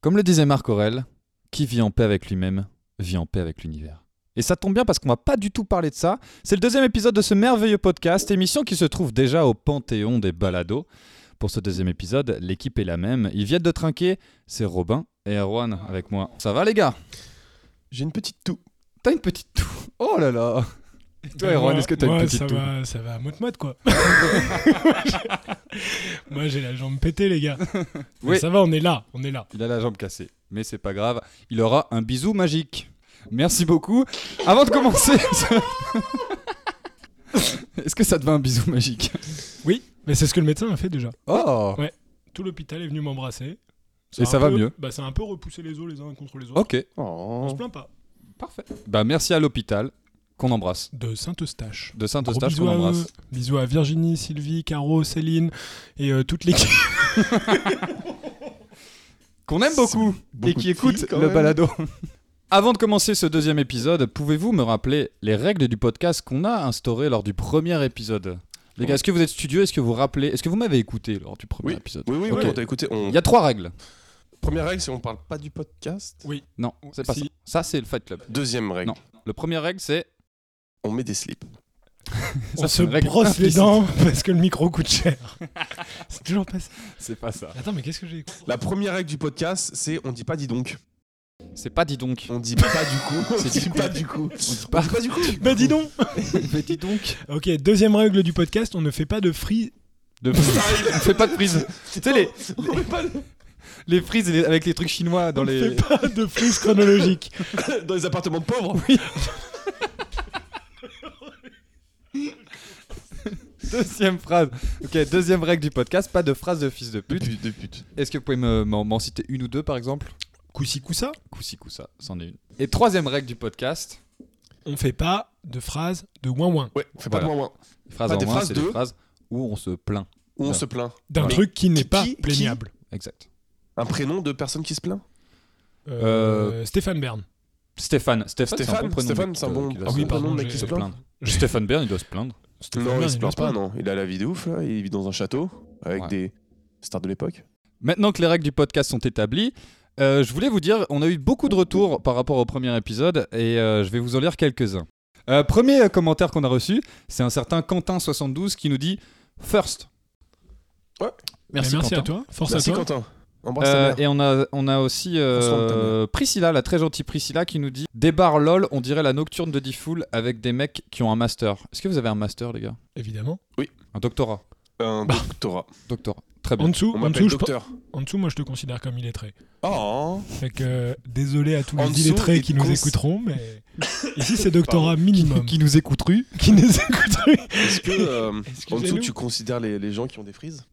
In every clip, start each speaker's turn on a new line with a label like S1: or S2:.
S1: Comme le disait Marc Aurel, qui vit en paix avec lui-même, vit en paix avec l'univers. Et ça tombe bien parce qu'on va pas du tout parler de ça. C'est le deuxième épisode de ce merveilleux podcast, émission qui se trouve déjà au panthéon des balados. Pour ce deuxième épisode, l'équipe est la même. Ils viennent de trinquer, c'est Robin et Erwan avec moi. Ça va les gars
S2: J'ai une petite toux.
S1: T'as une petite toux Oh là là Et toi
S3: Ben,
S1: Erwan,
S3: moi-
S1: est-ce que t'as une
S3: moi,
S1: petite
S3: ça
S1: toux
S3: va, ça va à moite-moite, quoi. moi, j'ai la jambe pétée, les gars. Mais
S1: Oui.
S3: Ça va, on est là, on est là.
S1: Il a la jambe cassée, mais c'est pas grave. Il aura un bisou magique. Merci beaucoup. Avant de commencer... ce- Est-ce que ça te va un bisou magique
S3: Oui, mais c'est ce que le médecin a fait déjà.
S1: Oh
S3: Tout l'hôpital est venu m'embrasser.
S1: Et
S3: a
S1: ça
S3: un
S1: va
S3: peu-
S1: mieux
S3: Bah, ça a un peu repoussé les os les uns contre les autres.
S1: Ok,
S3: On se
S2: Oh.
S3: plaint pas.
S1: parfait. Bah merci à l'hôpital qu'on embrasse.
S3: De Saint-Eustache.
S1: De
S3: Gros
S1: Saint-Eustache
S3: bisous
S1: qu'on
S3: à
S1: embrasse.
S3: eux. Bisous à Virginie, Sylvie, Caro, Céline et euh, toute l'équipe.
S1: qu'on aime beaucoup, et
S2: beaucoup
S1: qui
S2: de
S1: écoute
S2: filles, quand
S1: le
S2: même.
S1: balado. Avant de commencer ce deuxième épisode, pouvez-vous me rappeler les règles du podcast qu'on a instaurées lors du premier épisode Les gars, est-ce que vous êtes studieux Est-ce que vous rappelez Est-ce que vous m'avez écouté lors du premier épisode
S2: Oui, oui,
S1: Ok.
S2: oui, on t'a écouté. On...
S1: Il y a trois règles.
S2: Première règle, c'est on parle pas du podcast.
S3: Oui.
S1: Non, c'est pas
S3: Si.
S1: ça. Ça, c'est le Fight Club.
S2: Deuxième règle,
S1: Non. Le première règle, c'est
S2: on met des slips.
S3: On
S1: Ça, c'est
S3: se
S1: une règle
S3: brosse
S1: implicite.
S3: les dents parce que le micro coûte cher. c'est toujours pas ça.
S1: c'est pas ça.
S3: Attends, mais qu'est-ce que j'ai
S2: La première règle du podcast, c'est on dit pas dis donc.
S1: C'est pas dis donc.
S2: On dit pas du coup.
S1: C'est
S2: on
S1: dit
S2: dit
S1: coup.
S2: pas du coup. On dit
S1: pas.
S2: du coup.
S3: Bah, dis donc
S1: Mais dis donc.
S3: Ok, deuxième règle du podcast, on ne fait pas de free.
S1: De... On fait pas de prise. tu sais les
S2: On met pas le-
S1: les frises les- avec les trucs chinois dans
S3: on ne
S1: les.
S3: fait pas de frise chronologique.
S2: Dans les appartements de pauvres.
S1: Deuxième phrase. Ok, deuxième règle du podcast. Pas de phrase de fils de pute.
S2: pute, de pute.
S1: Est-ce que vous pouvez me- m'en m'en citer une ou deux par exemple
S3: Coussi coussa,
S1: Coussi coussa, c'en est une. Et troisième règle du podcast,
S3: on fait pas de phrase de ouin ouin.
S2: Ouais, fais pas
S1: Voilà.
S2: de moins moins.
S1: phrase
S2: Pas
S1: en
S2: des
S1: moins,
S2: phrases
S1: c'est
S2: de-
S1: des phrases où on se plaint.
S2: Où on
S1: Ouais.
S2: se plaint.
S3: D'un
S1: Ouais.
S3: truc qui n'est
S2: Qui-
S3: pas
S2: qui-
S3: plaignable.
S1: Exact.
S2: Un prénom de personne qui se plaint.
S3: Euh,
S1: Euh,
S3: Stéphane Bern.
S1: Stéphane, Stéphane, c'est un bon
S2: Stéphane,
S1: prénom.
S2: Stéphane,
S1: mec,
S2: c'est un
S1: euh,
S2: bon
S1: qui doit
S2: un
S1: se-
S3: oui,
S2: bon prénom de
S3: pardon,
S2: mec qui
S3: j'ai-
S2: se
S3: j'ai
S2: plaint.
S1: Stéphane Bern, il doit se plaindre.
S3: Stéphane
S2: Non,
S3: Bern,
S2: il se
S3: doit
S2: plaint pas, non. Il a la vie de ouf, là. Il vit dans un château avec
S1: Ouais.
S2: des stars de l'époque.
S1: Maintenant que les règles du podcast sont établies, euh, je voulais vous dire, on a eu beaucoup de retours par rapport au premier épisode et euh, je vais vous en lire quelques-uns. Euh, premier euh, commentaire qu'on a reçu, c'est un certain Quentin72 qui nous dit First.
S2: Ouais.
S1: Merci,
S3: Mais merci
S1: Quentin.
S3: à toi, force
S2: Merci
S3: à toi.
S2: Quentin. Embrasse ta
S1: Euh,
S2: mère.
S1: et on a, on a aussi euh,
S2: Bonsoir, Nathan.
S1: Priscilla, la très gentille Priscilla, qui nous dit Débarre LOL, on dirait la nocturne de Diffoul avec des mecs qui ont un master. Est-ce que vous avez un master, les gars
S3: Évidemment.
S1: Un doctorat
S2: Un
S1: Bah,
S2: doctorat.
S1: Doctorat. Très
S3: En
S1: bien.
S3: dessous,
S2: On
S3: en
S2: m'appelle
S3: dessous, je pe-
S2: docteur.
S3: en dessous, moi je te considère comme illettré.
S2: Oh.
S3: Fait que euh, désolé à tous
S2: En
S3: les
S2: dessous,
S3: illettrés
S2: il
S3: qui nous
S2: cons-
S3: écouteront, mais ici c'est doctorat minimum
S1: Qui nous écoute rue
S3: qui nous écouteront.
S2: Est-ce que euh, en dessous
S3: Excusez-nous.
S2: tu considères les, les gens qui ont des frises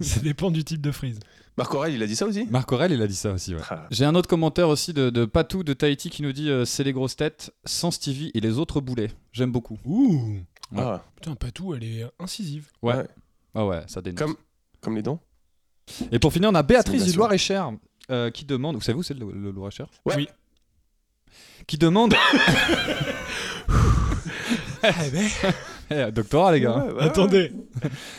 S3: Ça dépend du type de frise.
S2: Marc Aurel, il a dit ça aussi
S1: Marc Aurel, il a dit ça aussi, ouais.
S2: Ah.
S1: J'ai un autre commentaire aussi de, de Patou de Tahiti qui nous dit euh, C'est les grosses têtes, sans Stevie et les autres boulets. J'aime beaucoup.
S3: Ouh.
S1: Ouais.
S2: Ah,
S3: Putain, Patou, elle est incisive.
S1: Ouais.
S2: Ouais.
S1: Ah ouais, ça dénonce.
S2: Comme- comme les dents
S1: Et pour finir, on a Béatrice du
S2: Simulation.
S1: Loir-et-Cher euh, qui demande Vous savez où c'est le, le Loir-et-Cher
S2: Ouais.
S3: Oui.
S1: Qui demande
S3: Ah, ben,
S1: Eh, Doctorat, les gars hein.
S2: Ouais, ouais, ouais.
S3: Attendez.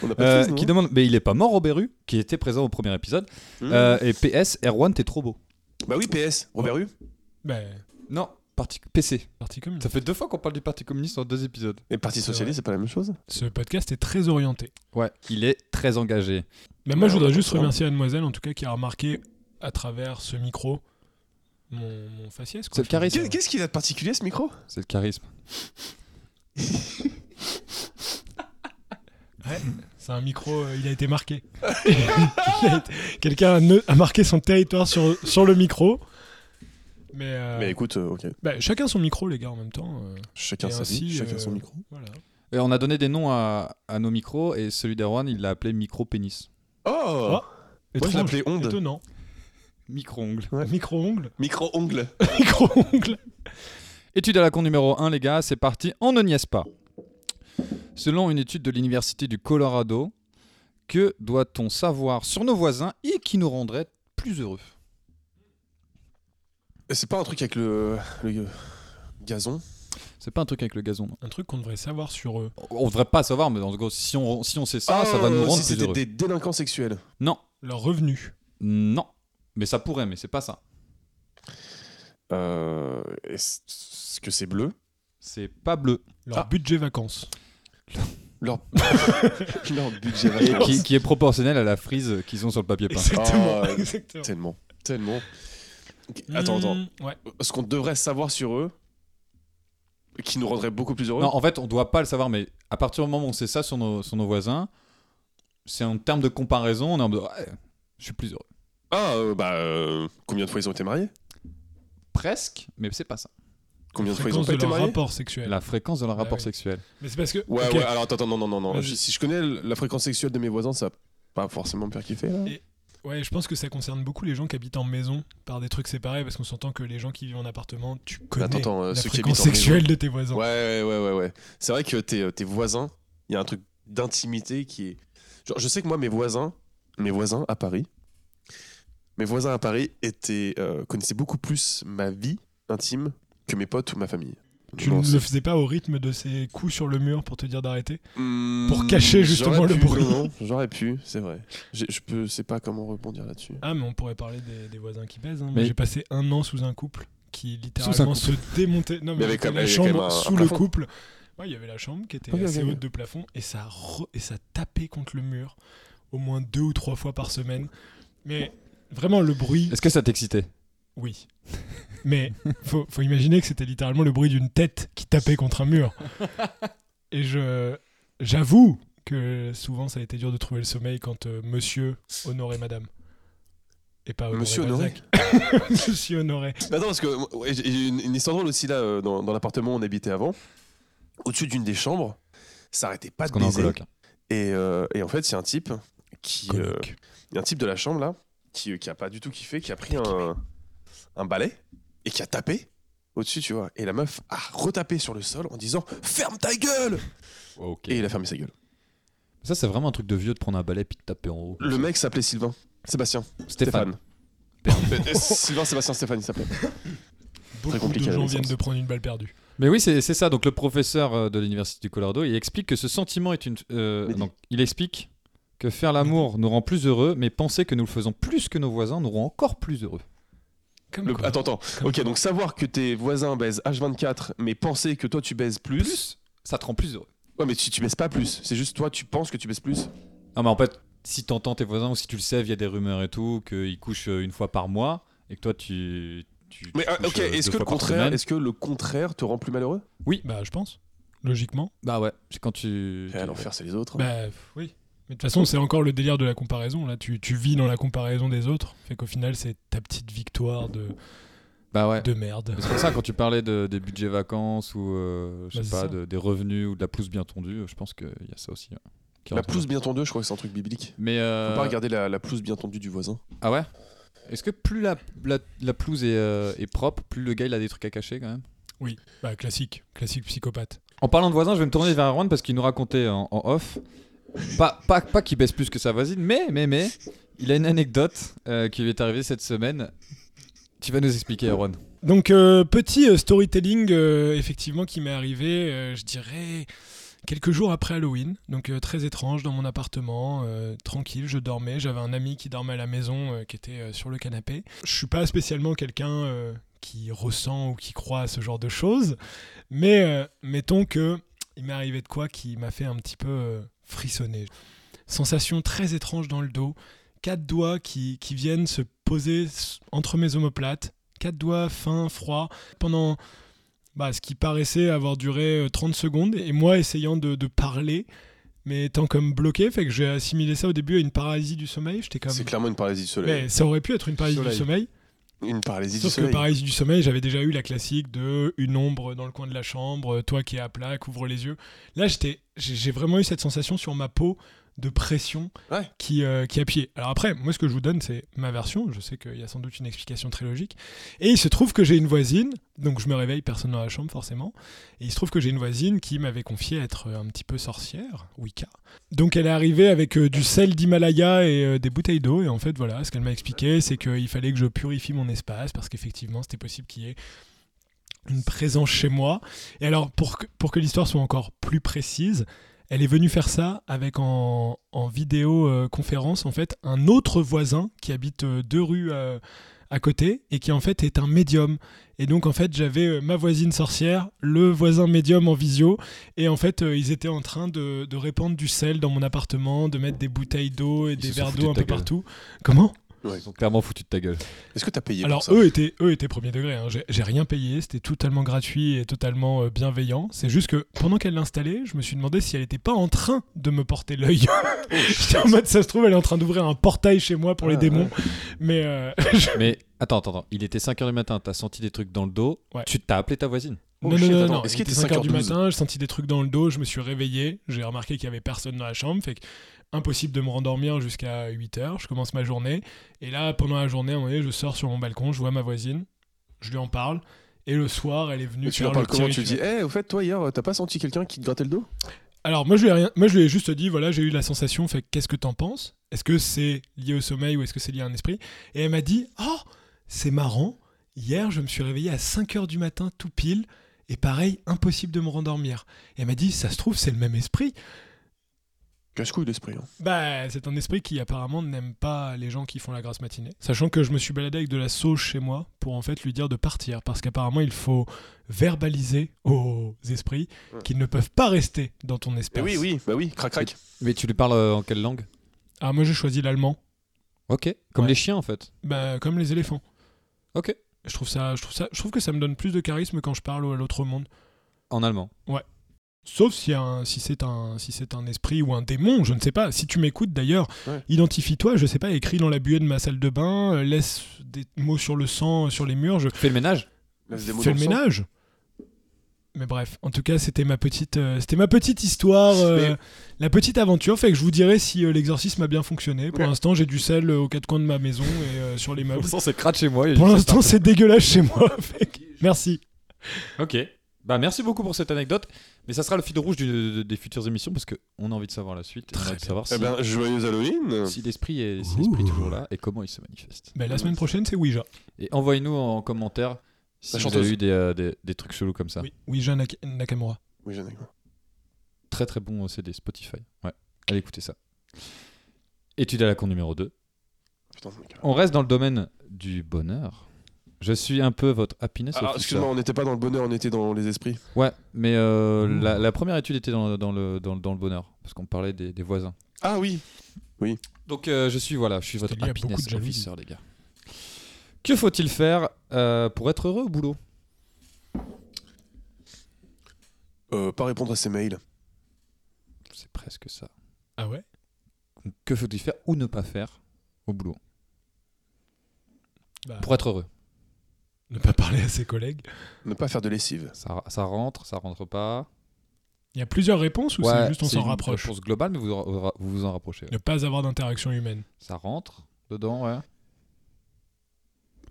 S2: On n'a pas
S1: Euh,
S2: de frises,
S1: qui
S2: non
S1: demande, mais il est pas mort Robert Rue, qui était présent au premier épisode.
S2: Hmm.
S1: Euh, et PS, Erwan, t'es trop beau.
S2: Bah oui, PS, Robert Rue.
S3: Ben,
S1: Non, parti PC.
S3: parti comme
S1: Ça fait deux fois qu'on parle du Parti communiste en deux épisodes.
S2: Et Parti Socialiste, c'est pas la même chose
S3: Ce podcast est très orienté.
S1: Ouais, il est très engagé.
S3: Mais moi,
S2: Ouais,
S3: je voudrais
S2: on
S3: juste
S2: comprend.
S3: remercier Mademoiselle, en tout cas, qui a remarqué à travers ce micro mon, mon faciès. quoi.
S1: C'est le charisme.
S3: Je veux
S2: Qu'est-
S3: dire,
S2: Qu'est-ce qu'il a de particulier ce micro
S1: C'est le charisme.
S3: C'est un micro, euh, il a été marqué. Il a été- Quelqu'un a, ne- a marqué son territoire sur, sur le micro. Mais, euh,
S2: Mais écoute, euh, ok,
S3: bah, chacun son micro, les gars, en même temps. euh,
S2: chacun
S3: Et
S2: sa vie,
S3: ainsi,
S2: chacun
S3: euh,
S2: son micro.
S3: voilà.
S1: Et on a donné des noms à, à nos micros, et celui d'Erwan, il l'a appelé micro-pénis.
S2: Oh
S1: Ah,
S2: Moi, je
S3: Étrange,
S2: l'appelais onde.
S3: Étonnant.
S1: Micro-ongle.
S2: Ouais.
S3: Micro-ongle.
S2: Micro-ongle.
S3: Micro-ongle.
S1: Étude à la con numéro 1, les gars, c'est parti, on ne niaise pas. Selon une étude de l'Université du Colorado, que doit-on savoir sur nos voisins et qui nous rendrait plus heureux
S2: C'est pas un truc avec le, le gazon
S1: C'est pas un truc avec le gazon, non.
S3: Un truc qu'on devrait savoir sur euh, eux.
S1: On devrait pas savoir, mais en gros, si on, si on sait ça,
S2: Ah,
S1: ça va nous rendre
S2: si
S1: plus
S2: c'était
S1: heureux.
S2: des délinquants sexuels.
S1: Non,
S3: Leur revenu.
S1: non. Mais ça pourrait, mais c'est pas ça.
S2: Euh, Est-ce que c'est bleu
S1: C'est pas bleu.
S3: Leur
S1: Ah.
S3: budget vacances.
S2: Leur, Leur budget
S1: Et
S2: vacances.
S1: qui, qui est proportionnel à la frise qu'ils ont sur le papier peint.
S3: Exactement.
S2: Ah,
S3: exactement.
S2: Tellement, tellement. Ok, Attends, attends.
S3: Hmm, ouais.
S2: Ce qu'on devrait savoir sur eux, qui nous rendrait beaucoup plus heureux.
S1: Non, en fait, on doit pas le savoir, mais à partir du moment où on sait ça sur nos, sur nos voisins, c'est en termes de comparaison, on est en mode ouais, je suis plus heureux.
S2: Ah, euh, bah, euh, combien de fois ils ont été mariés
S1: Presque, mais c'est pas ça.
S2: Combien de fois ils ont
S3: Fréquence
S2: pas
S3: de
S2: été
S3: leur
S2: mariés
S3: rapport sexuel.
S1: La fréquence de leur
S3: Ah
S1: rapport
S3: oui.
S1: sexuel.
S3: Mais c'est parce que.
S2: Ouais,
S3: ok.
S2: ouais, alors attends, attends, non, non, non, non.
S3: Vas-y.
S2: Je- si je connais l- la fréquence sexuelle de mes voisins, ça va pas forcément me faire kiffer. là.
S3: Et- Ouais, je pense que ça concerne beaucoup les gens qui habitent en maison par des trucs séparés parce qu'on s'entend que les gens qui vivent en appartement, tu connais
S2: Attends, attends, euh,
S3: la
S2: ceux qui
S3: fréquence
S2: habitent en
S3: sexuelle de tes voisins.
S2: Ouais, ouais, ouais, ouais. ouais. C'est vrai que tes, euh, tes voisins, il y a un truc d'intimité qui est. Genre, je sais que moi, mes voisins, mes voisins à Paris, mes voisins à Paris étaient, euh, connaissaient beaucoup plus ma vie intime que mes potes ou ma famille.
S3: Tu
S2: Bon,
S3: ne
S2: c'est-
S3: le faisais pas au rythme de ces coups sur le mur pour te dire d'arrêter
S2: Hmm,
S3: pour cacher justement
S2: j'aurais
S3: le
S2: pu,
S3: bruit.
S2: non, J'aurais pu, c'est vrai. J'ai- Je peux, sais pas comment rebondir là-dessus.
S3: Ah, mais on pourrait parler des, des voisins qui baisent. hein. Moi,
S1: Mais-
S3: J'ai passé un an sous un couple
S1: Sous
S3: qui
S1: un
S3: littéralement
S1: couple.
S3: se démontait. Non,
S2: Mais
S3: mais,
S2: avec
S3: c'était
S2: quand même-
S3: la
S2: il y avait quand
S3: chambre
S2: même un- un
S3: sous le
S2: plafond.
S3: couple. Ouais, il y avait la chambre qui était
S2: Ok, ok,
S3: assez
S2: ok.
S3: haute de plafond et ça, re- et ça tapait contre le mur au moins deux ou trois fois par semaine. Mais vraiment, le bruit,
S1: Est-ce que ça t'excitait
S3: oui. Mais faut, faut imaginer que c'était littéralement le bruit d'une tête qui tapait contre un mur. Et je j'avoue que souvent ça a été dur de trouver le sommeil quand euh, monsieur honorait madame. Et pas honoré
S2: Monsieur
S3: Balzac.
S2: Honoré
S3: Monsieur Honoré.
S2: Bah non, parce que ouais, j'ai- j'ai une, une histoire drôle aussi là, euh, dans, dans l'appartement où on habitait avant. Au-dessus d'une des chambres, ça arrêtait pas
S1: Parce
S2: de
S1: qu'on est en
S2: baiser.
S1: coloc. hein.
S2: Et, euh, et en fait, il y a un type qui, euh,
S3: Coloc.
S2: il y a un type de la chambre là, qui, euh, qui a pas du tout kiffé, qui a pris un, un balai et qui a tapé au-dessus, tu vois. Et la meuf a retapé sur le sol en disant ferme ta gueule.
S1: Ok.
S2: Et il a fermé sa gueule.
S1: Ça, c'est vraiment un truc de vieux de prendre un balai puis de taper en haut.
S2: Le mec s'appelait Sylvain. Sébastien.
S1: Stéphane.
S2: Stéphane. Euh, euh, Sylvain, Sébastien, Stéphane, il s'appelait.
S3: Beaucoup
S2: compliqué,
S3: de
S2: la
S3: gens
S2: naissance.
S3: viennent de prendre une balle perdue.
S1: Mais oui, c'est c'est ça. Donc le professeur euh, de l'université du Colorado, il explique que ce sentiment est une. euh,
S2: Mais dis-
S1: donc, il explique que faire l'amour nous rend plus heureux, mais penser que nous le faisons plus que nos voisins nous rend encore plus heureux.
S3: Comme
S2: Le-
S3: quoi.
S2: Attends, attends.
S3: Comme
S2: Ok,
S3: quoi.
S2: donc savoir que tes voisins baisent H24, mais penser que toi tu baises plus.
S1: Plus, ça te rend plus heureux.
S2: Ouais, mais tu, tu baisses pas plus. C'est juste toi, tu penses que tu baisses plus.
S1: Ah, mais en fait, si t'entends tes voisins ou si tu le sais via des rumeurs et tout, qu'ils couchent euh, une fois par mois et que toi tu. tu
S2: Mais
S1: tu
S2: euh,
S1: couches,
S2: ok,
S1: euh,
S2: est-ce
S1: deux
S2: que le
S1: fois par
S2: contraire,
S1: semaine.
S2: est-ce que le contraire te rend plus malheureux
S3: Bah, je pense. Logiquement.
S1: Bah ouais, c'est quand tu.
S2: Eh, L'enfer, c'est les autres.
S3: Bah, oui. Mais de toute façon, c'est encore le délire de la comparaison. Là, tu, tu vis dans la comparaison des autres. Fait qu'au final, c'est ta petite victoire de,
S1: Bah ouais.
S3: de merde.
S1: Mais C'est pour ça, quand tu parlais de- des budgets vacances ou euh, je
S3: Bah,
S1: sais
S3: c'est
S1: pas,
S3: ça.
S1: de- des revenus ou de la pousse bien tendue, euh, je pense qu'il y a ça aussi. hein,
S3: Bah,
S1: qui
S2: la
S1: rentre
S2: pousse bien tendue, je crois que c'est un truc biblique.
S1: Mais
S2: Faut
S1: euh,
S2: pas regarder la, la pelouse bien tendue du voisin.
S1: ah ouais. Est-ce que plus la, la, la pelouse est, euh, est propre, plus le gars il a des trucs à cacher quand même
S3: Bah, classique. Classique psychopathe.
S1: En parlant de voisins, je vais me tourner vers Erwan parce qu'il nous racontait en, en off, pas, pas, pas qu'il baisse plus que sa voisine, mais, mais, mais, il a une anecdote euh, qui lui est arrivée cette semaine. Tu vas nous expliquer, Erwan.
S3: Donc, euh, petit euh, storytelling, euh, effectivement, qui m'est arrivé, euh, je dirais, quelques jours après Halloween. Donc, euh, très étrange, dans mon appartement, euh, tranquille, je dormais. J'avais un ami qui dormait à la maison, euh, qui était euh, sur le canapé. Je suis pas spécialement quelqu'un euh, qui ressent ou qui croit à ce genre de choses. Mais euh, mettons que il m'est arrivé de quoi qui m'a fait un petit peu euh, frissonner. Sensation très étrange dans le dos. Quatre doigts qui, qui viennent se poser s- entre mes omoplates. Quatre doigts fins, froids, pendant bah, ce qui paraissait avoir duré euh, 30 secondes. Et moi essayant de, de parler, mais étant comme bloqué, fait que j'ai assimilé ça au début à une paralysie du sommeil. J'étais comme.
S2: C'est clairement une paralysie du soleil.
S3: Mais ça aurait pu être une paralysie
S1: Soleil.
S3: du sommeil.
S2: Une paralysie du
S3: Sauf que
S2: soleil.
S3: pareil du sommeil, j'avais déjà eu la classique de une ombre dans le coin de la chambre, toi qui es à plat, ouvre les yeux. Là, j'étais, j'ai j'ai vraiment eu cette sensation sur ma peau de pression
S2: Ouais.
S3: qui, euh, qui appuyait. Alors après, moi, ce que je vous donne, c'est ma version. Je sais qu'il y a sans doute une explication très logique. Et il se trouve que j'ai une voisine, donc je me réveille, personne dans la chambre forcément. Et il se trouve que j'ai une voisine qui m'avait confié être un petit peu sorcière, Wicca. Donc elle est arrivée avec euh, du sel d'Himalaya et euh, des bouteilles d'eau. Et en fait, voilà, ce qu'elle m'a expliqué, c'est qu'il fallait que je purifie mon espace parce qu'effectivement, c'était possible qu'il y ait une présence chez moi. Et alors, pour que, pour que l'histoire soit encore plus précise, Elle est venue faire ça avec en, en vidéo euh, conférence en fait un autre voisin qui habite euh, deux rues euh, à côté et qui en fait est un médium. Et donc en fait j'avais euh, ma voisine sorcière, le voisin médium en visio et en fait euh, ils étaient en train de, de répandre du sel dans mon appartement, de mettre des bouteilles d'eau et
S1: Ils
S3: des
S1: se
S3: verres
S1: sont foutus
S3: d'eau un
S1: de ta
S3: peu
S1: gueule.
S3: partout. Comment
S1: Ils sont clairement foutus de ta gueule.
S2: Est-ce que t'as payé
S3: alors
S2: pour ça
S3: eux étaient, eux étaient premier degré, hein. j'ai j'ai rien payé, c'était totalement gratuit et totalement euh, bienveillant. C'est juste que pendant qu'elle l'installait, je me suis demandé si elle n'était pas en train de me porter l'œil. J'étais en mode ça se trouve elle est en train d'ouvrir un portail chez moi pour les
S2: Oh, Ah,
S3: démons. Mais euh, je-
S1: Mais attends, attends, attends. Il était 5h du matin, t'as senti des trucs dans le dos.
S3: Ouais.
S1: Tu t'as appelé ta voisine.
S2: Oh
S3: non,
S2: shit,
S3: non, non,
S2: attends,
S3: non,
S2: est-ce
S3: il
S2: qu'il
S3: était
S2: était
S3: 5h du
S2: 5h12?
S3: matin, j'ai senti des trucs dans le dos, je me suis réveillé, j'ai remarqué qu'il y avait personne dans la chambre, fait que impossible de me rendormir jusqu'à 8h, je commence ma journée et là pendant la journée, à un moment donné, je sors sur mon balcon, je vois ma voisine, je lui en parle et le soir, elle est venue
S2: Mais tu
S3: faire
S2: leur parles
S3: le petit
S2: comment Tu
S3: rituel.
S2: dis, eh, au fait, toi, hier, t'as pas senti quelqu'un qui te grattait le dos
S3: Alors moi je lui ai rien, moi je lui ai juste dit voilà j'ai eu la sensation, fait qu'est-ce que t'en penses Est-ce que c'est lié au sommeil ou est-ce que c'est lié à un esprit Et elle m'a dit oh c'est marrant, hier je me suis réveillé à 5 heures du matin tout pile et pareil impossible de me rendormir. Et elle m'a dit ça se trouve c'est le même esprit.
S2: Casse-couille d'esprit. hein.
S3: Bah c'est un esprit qui apparemment n'aime pas les gens qui font la grasse matinée. Sachant que je me suis baladé avec de la sauge chez moi pour en fait lui dire de partir parce qu'apparemment il faut verbaliser aux esprits
S2: Ouais.
S3: qu'ils ne peuvent pas rester dans ton
S2: Eh
S3: espace.
S2: Mmh. oui, oui, bah oui, crac crac.
S1: Mais tu lui parles euh, en quelle langue
S3: Ah moi j'ai choisi l'allemand.
S1: Ok. Comme
S3: Ouais.
S1: les chiens en fait.
S3: Bah, comme les éléphants.
S1: Ok.
S3: Je trouve ça, je trouve ça, je trouve que ça me donne plus de charisme quand je parle au- à l'autre monde.
S1: En allemand.
S3: Sauf si, un, si c'est un, si c'est un esprit ou un démon, je ne sais pas. Si tu m'écoutes d'ailleurs,
S2: Ouais.
S3: identifie-toi, je sais pas, écris dans la buée de ma salle de bain, euh, laisse des mots sur le sang, euh, sur les murs, je
S1: Fais le ménage.
S2: Laisse des mots
S3: fais
S2: dans
S3: le
S2: le sang.
S3: ménage. Mais bref, en tout cas, c'était ma petite, euh, c'était ma petite histoire, euh,
S2: Mais-
S3: la petite aventure. Fait que je vous dirai si euh, l'exorcisme a bien fonctionné. Pour
S2: Ouais.
S3: l'instant, j'ai du sel euh, aux quatre coins de ma maison et euh, sur les meubles.
S1: sens c'est crade chez moi.
S3: Pour l'instant, c'est dégueulasse chez moi. fait que- Merci.
S1: Ok. Bah merci beaucoup pour cette anecdote. Mais ça sera le fil rouge du- de- des futures émissions parce que on a envie de savoir la suite. on a
S3: Très
S1: envie de savoir si,
S2: Eh ben, joyeux Halloween
S1: si l'esprit est, si l'esprit est
S3: Ouh.
S1: toujours là et comment il se manifeste.
S3: Ben, la semaine prochaine, c'est Ouija.
S1: Et envoyez-nous en commentaire si
S2: La
S1: vous
S2: chanteuse.
S1: avez eu des, euh, des- des trucs chelous comme ça.
S3: Oui, Ouija Nak- Nakamura.
S2: Oui, j'en ai.
S1: Très très bon CD Spotify. Ouais. Allez écouter ça. Étude à la con numéro 2.
S2: Putain, mon gars.
S1: On reste dans le domaine du bonheur. Je suis un peu votre happiness.
S2: Alors,
S1: officer.
S2: Ah, excuse-moi, on n'était pas dans le bonheur, on était dans les esprits.
S1: Ouais, mais euh,
S3: Ouh.
S1: la, la première étude était dans, dans le, dans, le- dans le bonheur, parce qu'on parlait des, des voisins.
S2: Ah oui
S1: Donc euh, je suis, voilà, je suis votre
S3: C'était lié à beaucoup
S1: happiness
S3: de jalousie.
S1: officer, les gars. Que faut-il faire euh, pour être heureux au boulot
S2: Euh, Pas répondre à ses mails.
S1: C'est presque ça.
S3: Ah ouais
S1: Que faut-il faire ou ne pas faire au boulot
S3: Bah,
S1: Pour être heureux.
S3: Ne pas parler à ses collègues.
S2: Ne pas faire de lessive.
S1: Ça, ça rentre, ça rentre pas.
S3: Il y a plusieurs réponses ou
S1: Ouais,
S3: c'est juste on
S1: c'est
S3: s'en
S1: une
S3: rapproche
S1: réponse globale, mais vous aura- vous, vous en rapprochez. ouais.
S3: Ne pas avoir d'interaction humaine.
S1: Ça rentre dedans, ouais.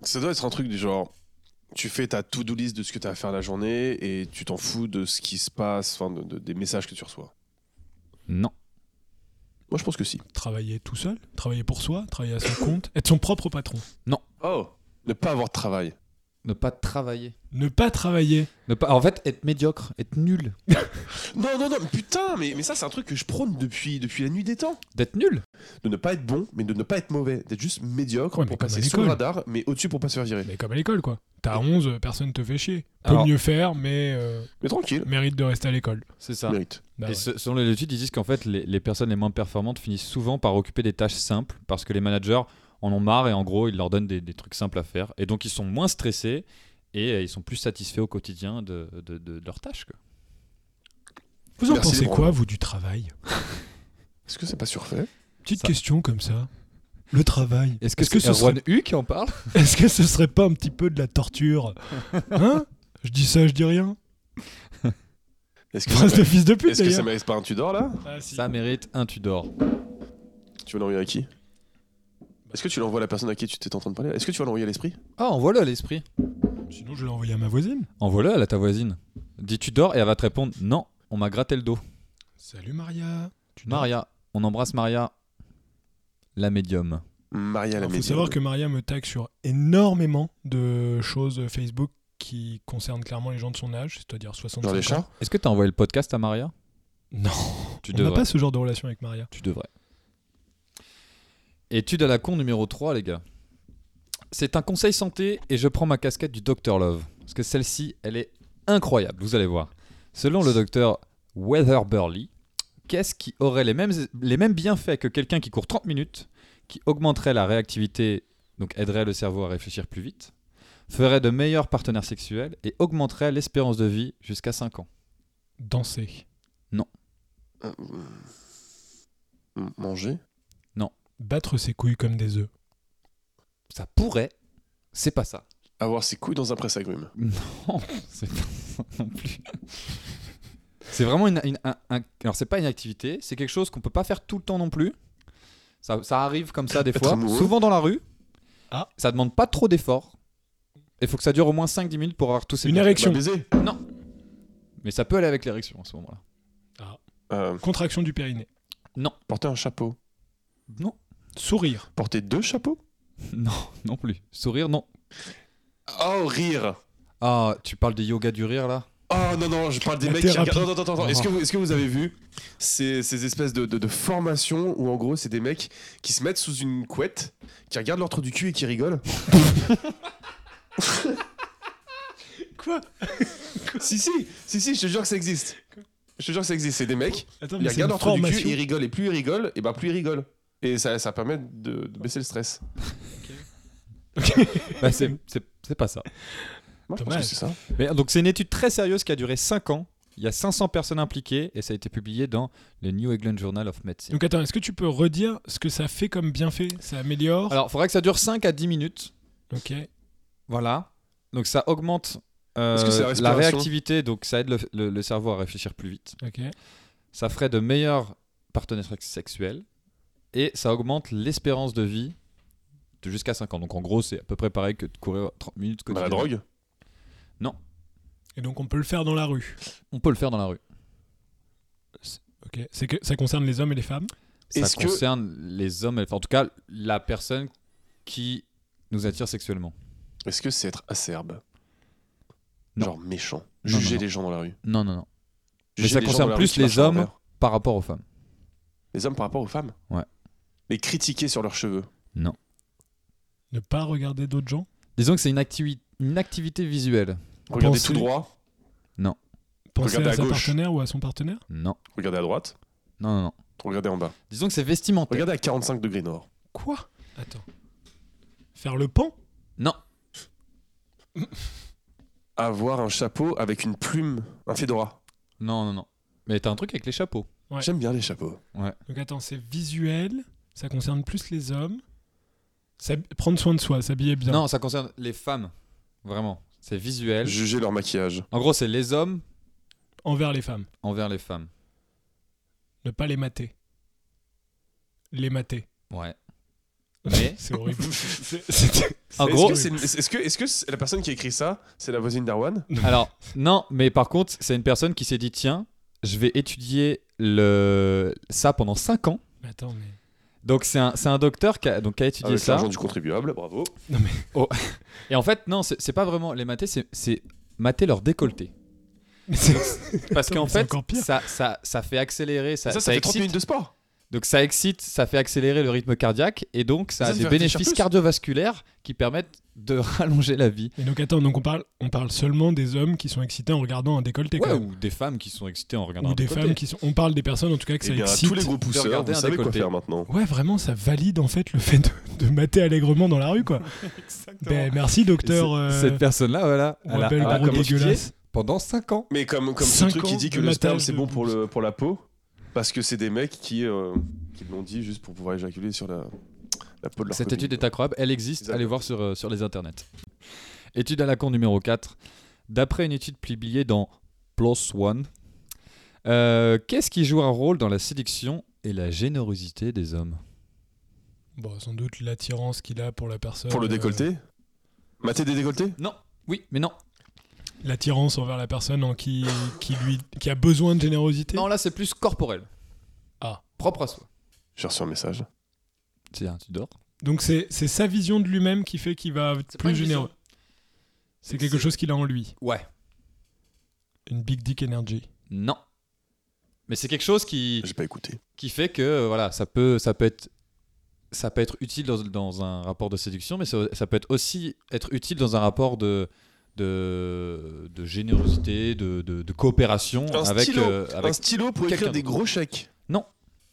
S2: Ça doit être un truc du genre. Tu fais ta to-do list de ce que tu as à faire la journée et tu t'en fous de ce qui se passe, enfin de- de- des messages que tu reçois.
S1: Non.
S2: Moi, je pense que si.
S3: Travailler tout seul, travailler pour soi, travailler à son compte, être son propre patron.
S2: Oh Ne pas avoir de travail.
S1: Ne pas travailler.
S3: Ne pas travailler.
S1: Ne pas, en fait, être médiocre, être nul.
S2: Non, non, non, mais putain, mais, mais ça, c'est un truc que je prône depuis, depuis la nuit des temps.
S1: D'être nul
S2: De ne pas être bon, mais de ne pas être mauvais. D'être juste médiocre
S3: Ouais, mais
S2: pour
S3: comme à
S2: passer sous le
S3: l'école.
S2: radar, mais au-dessus pour pas se faire virer.
S3: Mais comme à l'école, quoi. T'as 11, euh, personne te fait chier. Peut
S1: Alors-
S3: mieux faire, mais euh,
S2: Mais tranquille,
S3: mérite de rester à l'école.
S1: C'est ça.
S2: mérite.
S3: Bah
S1: et
S3: ouais.
S1: ce- selon les études, ils disent qu'en fait, les, les personnes les moins performantes finissent souvent par occuper des tâches simples parce que les managers en ont marre et en gros, ils leur donnent des, des trucs simples à faire. Et donc, ils sont moins stressés et euh, ils sont plus satisfaits au quotidien de, de- de- de leurs tâches. quoi.
S3: Vous en
S2: Merci,
S3: pensez
S2: Bruno.
S3: quoi, vous, du travail
S2: Est-ce que c'est pas surfait
S3: Petite
S1: Ça.
S3: question comme ça. Le travail.
S1: Est-ce que,
S3: ce serait
S1: U qui en parle
S3: Est-ce que ce serait pas un petit peu de la torture Hein Je dis ça, je dis rien.
S2: Est-ce que,
S3: Phrase
S2: ça,
S3: de fils de pute,
S2: est-ce que ça
S3: d'ailleurs.
S2: mérite pas un Tudor là
S3: Ah, si.
S1: Ça mérite un Tudor.
S2: Tu veux l'envoyer à qui Est-ce que tu l'envoies à la personne à qui tu t'es en train de parler Est-ce que tu vas l'envoyer à l'esprit
S1: Ah, envoie-le à l'esprit.
S3: Sinon, je l'ai envoyé à ma voisine.
S1: Envoie-le à la- ta voisine. Dis Tudor et elle va te répondre Non, on m'a gratté le dos.
S3: Salut Maria. Tu
S1: Maria, on embrasse Maria, la médium.
S2: Maria la
S3: Il faut
S2: médium.
S3: savoir que Maria me tag sur énormément de choses Facebook qui concernent clairement les gens de son âge, c'est-à-dire 60
S2: Genre les chats
S1: Est-ce que t'as envoyé le podcast à Maria
S3: Non,
S1: Tu
S3: on n'a
S1: devrais.
S3: pas ce genre de relation avec Maria.
S1: Tu devrais. Étude à la con numéro 3, les gars. C'est un conseil santé et je prends ma casquette du Dr Love. Parce que celle-ci, elle est incroyable, vous allez voir. Selon le docteur Weatherburley, qu'est-ce qui aurait les mêmes, les mêmes bienfaits que quelqu'un qui court 30 minutes, qui augmenterait la réactivité, donc aiderait le cerveau à réfléchir plus vite, ferait de meilleurs partenaires sexuels et augmenterait l'espérance de vie jusqu'à 5 ans
S3: Danser,
S2: Euh, euh, Manger
S3: battre ses couilles comme des œufs.
S1: Ça pourrait, c'est pas ça.
S2: Avoir ses couilles dans un presse-agrumes.
S1: Non, c'est pas ça non plus. C'est vraiment une, une- un, un- alors c'est pas une activité, c'est quelque chose qu'on peut pas faire tout le temps non plus. Ça, ça arrive comme ça des
S2: Être
S1: fois,
S2: amoureux.
S1: souvent dans la rue.
S3: Ah.
S1: Ça demande pas trop d'efforts. Il faut que ça dure au moins 5-10 minutes pour avoir tous ces
S3: Une
S1: bienfaits.
S3: érection.
S2: Bah, baiser.
S1: Mais ça peut aller avec l'érection à ce moment-là.
S2: Euh,
S3: Contraction du périnée.
S2: porter un chapeau.
S1: Non,
S3: Sourire.
S2: Porter deux chapeaux
S1: non, non plus. Sourire, non.
S2: Oh, rire
S1: Ah, tu parles de yoga du rire là
S2: Oh non, non, je parle des
S3: La
S2: mecs
S3: thérapie.
S2: qui regardent. Non, non, attends, attends,
S1: Oh.
S2: Est-ce que, vous- est-ce que vous avez vu ces, ces espèces de, de- de formations où en gros c'est des mecs qui se mettent sous une couette, qui regardent leur trou du cul et qui rigolent
S3: Quoi
S2: Si, si, si, si, je te jure que ça existe. Je te jure que ça existe. C'est des mecs,
S3: Attends,
S2: ils
S3: mais c'est
S2: regardent
S3: une
S2: leur trou du cul,
S3: formation.
S2: ils rigolent et plus ils rigolent, et ben plus ils rigolent. Et ça, ça permet de, de baisser le stress.
S1: Bah, c'est c'est- c'est pas ça.
S2: Moi je pense
S3: Dommage.
S2: que c'est ça.
S1: Mais, donc c'est une étude très sérieuse qui a duré 5 ans. Il y a 500 personnes impliquées et ça a été publié dans le New England Journal of Medicine.
S3: Donc attends, est-ce que tu peux redire ce que ça fait comme bienfait Ça améliore
S1: Alors, il faudrait que ça dure 5 à 10 minutes.
S3: Ok.
S1: Voilà. Donc, ça augmente euh,
S2: Est-ce que c'est la
S1: la
S2: respiration
S1: réactivité, donc ça aide le, le- le cerveau à réfléchir plus vite.
S3: Ok.
S1: Ça ferait de meilleurs partenaires sex- sexuels. Et ça augmente l'espérance de vie de jusqu'à 5 ans. Donc, en gros, c'est à peu près pareil que de courir 30 minutes
S2: Bah, la
S1: quotidiennement.
S2: drogue
S3: Et donc on peut le faire dans la rue.
S1: On peut le faire dans la rue.
S3: Ok. C'est que ça concerne les hommes et les femmes.
S1: Ça
S2: Est-ce que-
S1: concerne les hommes, enfin, en tout cas, la personne qui nous attire sexuellement.
S2: Est-ce que c'est être acerbe
S1: Non.
S2: Genre méchant.
S1: Non,
S2: Juger
S1: non, non.
S2: les gens dans la rue.
S1: Non, non, non. Mais
S2: Juger
S1: ça
S2: les gens
S1: concerne
S2: dans la
S1: plus
S2: rue qui
S1: les
S2: marchent en
S1: hommes.
S2: randonneur.
S1: Par rapport aux femmes.
S2: Les hommes par rapport aux femmes
S1: Ouais.
S2: Les critiquer sur leurs cheveux.
S3: Ne pas regarder d'autres gens.
S1: Disons que c'est une, activi- une activité visuelle.
S2: Regarder
S3: Penser-
S2: tout droit.
S3: Penser
S2: Regarder
S3: à,
S2: à
S3: sa
S2: gauche.
S3: partenaire ou à son partenaire.
S1: Non,
S2: Regardez à droite,
S1: non, non, non.
S2: regardez en bas.
S1: Disons que c'est vestimentaire.
S2: Regardez à 45 degrés nord.
S3: Quoi Attends. Faire le pan
S1: Non,
S2: Avoir un chapeau avec une plume, un fedora.
S1: non, non, non. Mais t'as un truc avec les chapeaux.
S3: Ouais.
S2: J'aime bien les chapeaux.
S3: Donc attends, c'est visuel. Ça concerne plus les hommes. S'hab- Prendre soin de soi, s'habiller bien.
S1: Non, ça concerne les femmes. Vraiment. C'est visuel.
S2: Juger leur maquillage.
S1: En gros, c'est les hommes
S3: Envers les femmes.
S1: envers les femmes.
S3: Ne pas les mater. Les mater.
S1: Ouais. Mais
S3: C'est horrible. C'est- c'est-
S1: en
S2: Est-ce
S1: gros,
S2: que c'est- Est-ce que, est-ce que c'est- la personne qui a écrit ça, c'est la voisine d'Arwan
S1: alors non, mais par contre, c'est une personne qui s'est dit tiens, je vais étudier le ça pendant 5 ans.
S3: Mais attends, mais.
S1: Donc c'est un, c'est un docteur qui a, donc, qui a étudié
S2: Avec
S1: ça.
S2: l'argent Ah, du contribuable, bravo.
S1: Et en fait, non, c'est c'est pas vraiment les mater, c'est- c'est mater leur décolleté.
S3: mais c'est-
S1: Parce
S3: Attends,
S1: qu'en
S3: mais c'est
S1: fait,
S3: encore pire.
S1: ça, ça, ça fait accélérer, ça,
S2: Ça, ça,
S1: ça
S2: fait 30
S1: excite.
S2: minutes de sport.
S1: Donc ça excite, ça fait accélérer le rythme cardiaque et donc ça,
S2: Ça
S1: a
S2: te
S1: des
S2: fait réfléchir
S1: bénéfices
S2: plus.
S1: cardiovasculaires qui permettent de rallonger la vie.
S3: Et donc attends, donc on parle, on parle seulement des hommes qui sont excités en regardant un décolleté. quand
S1: Ouais,
S3: même.
S1: ou des femmes qui sont excitées en regardant
S3: Ou
S1: un
S3: des
S1: décolleté.
S3: femmes qui sont. On parle des personnes en tout cas que
S2: Eh
S3: ça
S2: bien,
S3: excite.
S2: tous les gros pousseurs,
S1: regarder
S2: vous
S1: un
S2: savez quoi
S1: décolleté.
S2: faire maintenant.
S3: Ouais, vraiment, ça valide en fait le fait de, de mater allègrement dans la rue, quoi. Ben, merci, docteur.
S1: Et c'est-
S3: euh,
S1: Cette personne-là, voilà, elle a,
S3: Wabel
S1: elle a
S3: gros
S1: étudié
S3: dégueulasse.
S1: pendant 5 ans.
S2: Mais comme, comme ce
S3: Cinq
S2: truc
S3: ans
S2: qui dit que
S3: de
S2: le sperme,
S3: matage
S2: c'est
S3: de
S2: bon pour, le, pour la peau, parce que c'est des mecs qui, euh, qui l'ont dit juste pour pouvoir éjaculer sur la, la peau de leur
S1: Cette
S2: copine,
S1: étude est
S2: quoi.
S1: incroyable, elle existe,
S2: Exactement.
S1: allez voir sur, euh, sur les internets. Étude à la con numéro 4. D'après une étude publiée dans PLOS ONE, euh, qu'est-ce qui joue un rôle dans la séduction et la générosité des hommes
S3: Bon, sans doute l'attirance qu'il a pour la personne.
S2: Pour le
S3: euh,
S2: décolleté Mater des décolletés
S1: Non, oui, mais non.
S3: l'attirance envers la personne en qui, qui lui, qui a besoin de générosité.
S1: Non, là, c'est plus corporel.
S3: Ah.
S1: Propre à soi.
S2: J'ai reçu un message.
S1: Tiens, tu dors.
S3: Donc c'est c'est sa vision de lui-même qui fait qu'il va être plus généreux. C'est quelque chose qu'il a en lui.
S1: Ouais.
S3: Une big dick energy.
S1: Non. Mais c'est quelque chose qui,
S2: J'ai pas écouté.
S1: qui fait que euh, voilà, ça peut, ça peut être ça peut être utile dans, dans un rapport de séduction, mais ça, ça peut être aussi être utile dans un rapport de de, de générosité, de, de- de coopération
S2: Un
S1: avec,
S2: stylo,
S1: euh, avec-
S2: Un stylo pour
S1: quelqu'un
S2: écrire des
S1: d'autre.
S2: gros chèques.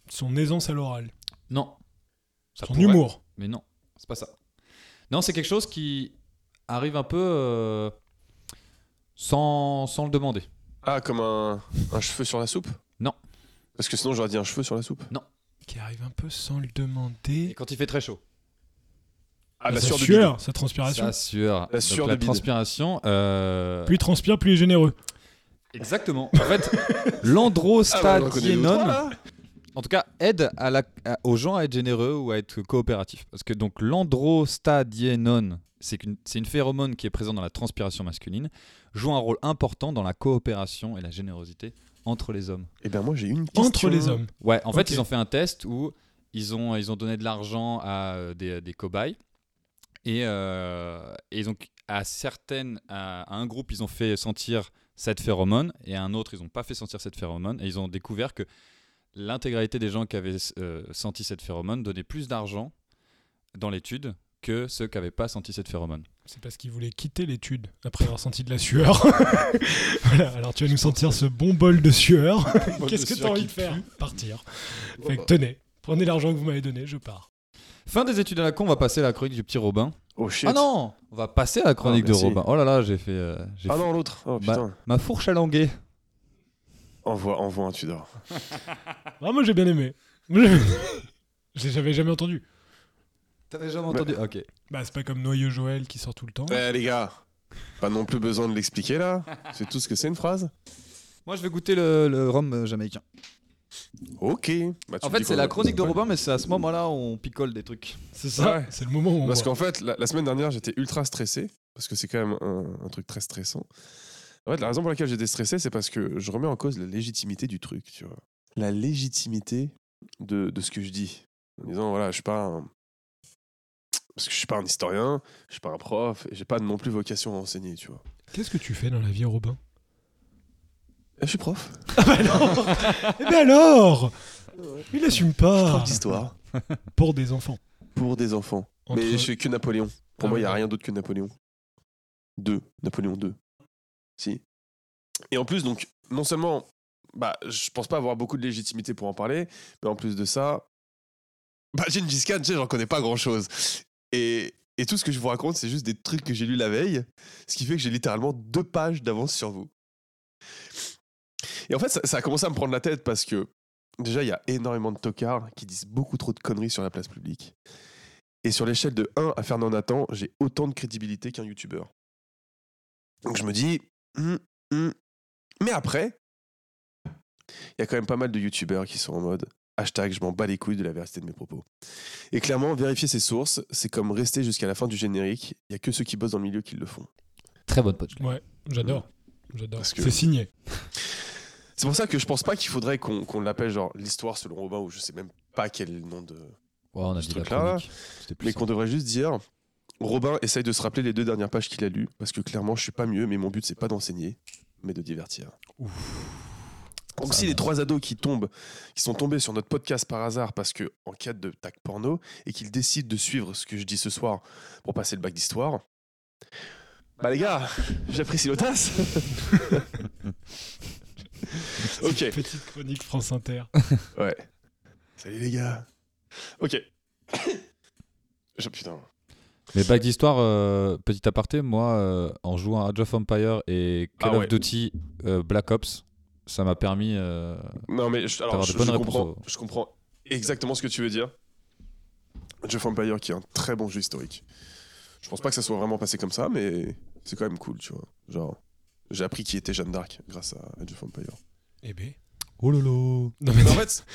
S3: Son aisance à l'oral,
S1: non ça
S3: son
S1: pourrait,
S3: humour.
S1: mais non c'est pas ça non c'est quelque chose qui arrive un peu euh, sans, sans le demander
S2: Ah, comme un, un cheveu sur la soupe
S1: Non.
S2: Parce que sinon, j'aurais dit un cheveu sur la soupe.
S3: Qui arrive un peu sans le
S1: et
S3: demander.
S1: quand il fait très chaud
S2: Ah, la
S3: sa
S2: sueur de
S3: sueur, sa transpiration.
S1: ça sueur
S2: La sueur
S1: Donc, la
S2: de bide.
S1: transpiration euh,
S3: Plus il transpire, plus il est généreux.
S1: exactement en fait
S2: Ah, bah, on en connaît deux ou trois,
S1: l'androstadiénone
S2: là.
S1: En tout cas, aide à la- à- aux gens à être généreux ou à être coopératifs. Parce que donc l'androstadiénone, c'est qu'une- c'est une phéromone qui est présente dans la transpiration masculine, joue un rôle important dans la coopération et la générosité entre les hommes.
S2: Eh ben, moi, j'ai une question.
S3: Entre les hommes.
S1: Ouais, en
S3: Ok.
S1: fait, ils ont fait un test où ils ont, ils ont donné de l'argent à euh, des, des cobayes. Et, euh, et donc, à, certaines, à, à un groupe, ils ont fait sentir cette phéromone. Et à un autre, ils n'ont pas fait sentir cette phéromone. Et ils ont découvert que l'intégralité des gens qui avaient euh, senti cette phéromone donnait plus d'argent dans l'étude que ceux qui n'avaient pas senti cette phéromone.
S3: C'est parce qu'il voulait quitter l'étude après avoir senti de la sueur. voilà, alors tu vas nous sentir ce bon bol de sueur. Qu'est-ce que t'as envie de faire Partir.
S1: Oh,
S2: Oh
S1: bah.
S3: Fait que
S2: bah.
S3: tenez, prenez l'argent que vous m'avez donné, je pars.
S1: Fin des études à la con, on va passer à la chronique du petit Robin.
S2: Oh shit.
S1: Ah non On va passer à la chronique de
S2: merci.
S1: Robin. Oh là là, j'ai fait, euh, j'ai
S2: Ah
S1: fait
S2: non, l'autre. Oh
S3: Bah.
S2: putain.
S1: ma fourche à languer.
S2: Envoie, envoie un Tudor.
S3: Ah, moi j'ai bien aimé. Moi, j'ai bien aimé. Je les avais jamais entendu.
S1: T'avais jamais entendu Ok.
S3: Bah c'est pas comme Noyeux Joël qui sort tout le temps.
S2: Eh, les gars, pas non plus besoin de l'expliquer là. C'est tout ce que c'est une phrase.
S1: Moi, je vais goûter le, le rhum euh, jamaïcain.
S2: Ok. Bah, tu
S1: En
S2: me
S1: fait,
S2: dis
S1: c'est
S2: qu'on
S1: la
S2: a-
S1: chronique de Robin, mais c'est à ce moment-là où on picole des trucs.
S3: C'est ça,
S2: Ouais.
S3: c'est le moment où on
S2: Parce
S3: voit.
S2: qu'en fait, la, la semaine dernière, j'étais ultra stressé, parce que c'est quand même un, un truc très stressant. En fait, la raison pour laquelle j'étais stressé, c'est parce que je remets en cause la légitimité du truc, tu vois. La légitimité de, de ce que je dis. En disant, voilà, je suis pas un... Parce que je suis pas un historien, je suis pas un prof, et j'ai pas non plus vocation à enseigner, tu vois.
S3: Qu'est-ce que tu fais dans la vie, Robin Ah, bah
S2: Eh, Je suis prof.
S3: Eh ben alors Il assume pas
S2: Prof d'histoire.
S3: pour des enfants.
S2: Pour des enfants.
S3: Entre-
S2: Mais je suis que Napoléon. Pour
S3: Ah
S2: moi, il
S3: oui.
S2: n'y a rien d'autre que Napoléon. 2. Napoléon 2. Si. Et en plus, donc, non seulement, bah, je pense pas avoir beaucoup de légitimité pour en parler, mais en plus de ça, bah, Gengis Khan, tu sais, j'en connais pas grand chose. Et, et tout ce que je vous raconte, c'est juste des trucs que j'ai lus la veille, ce qui fait que j'ai littéralement deux pages d'avance sur vous. Et en fait, ça, ça a commencé à me prendre la tête parce que, déjà, il y a énormément de tocards qui disent beaucoup trop de conneries sur la place publique. Et sur l'échelle de 1 à Fernand Nathan, j'ai autant de crédibilité qu'un youtubeur. Donc je me dis, Hmm, hmm. mais après, il y a quand même pas mal de youtubeurs qui sont en mode hashtag je m'en bats les couilles de la véracité de mes propos. Et clairement, vérifier ses sources, c'est comme rester jusqu'à la fin du générique. Il y a que ceux qui bossent dans le milieu qui le font.
S1: Très bonne punch.
S3: Ouais, j'adore. J'adore.
S2: Parce que-
S3: C'est signé.
S2: C'est pour ça que je pense pas qu'il faudrait qu'on qu'on l'appelle genre l'histoire selon Robin ou je sais même pas quel nom de.
S1: on a
S2: Ce
S1: dit la
S2: truc-là,
S1: chronique. C'était plus
S2: Mais qu'on devrait juste dire Robin essaye de se rappeler les deux dernières pages qu'il a lues parce que clairement je suis pas mieux mais mon but c'est pas d'enseigner mais de divertir. Donc
S1: Ça
S2: si
S1: va.
S2: les trois ados qui tombent, qui sont tombés sur notre podcast par hasard parce que en quête de tac porno et qu'ils décident de suivre ce que je dis ce soir pour passer le bac d'histoire, bah les gars, j'apprécie l'audace. ok.
S3: Petite chronique France Inter.
S2: Ouais. Salut les gars. Ok. Je- putain.
S1: Mais bac d'histoire, euh, petit aparté, moi, euh, en jouant à Age of Empire et Call
S2: Ah
S1: of
S2: ouais.
S1: Duty euh, Black Ops, ça m'a permis. euh,
S2: Non, mais je, alors,
S1: T'as
S2: je,
S1: des bonnes
S2: je
S1: réponses
S2: comprends,
S1: au-
S2: je comprends exactement ce que tu veux dire. Jeff Empire, qui est un très bon jeu historique. Je pense pas que ça soit vraiment passé comme ça, mais c'est quand même cool, tu vois. Genre, j'ai appris qui était Jeanne d'Arc grâce à Jeff Empire.
S3: Eh ben.
S1: Oh lolo
S3: Non, mais
S2: en fait,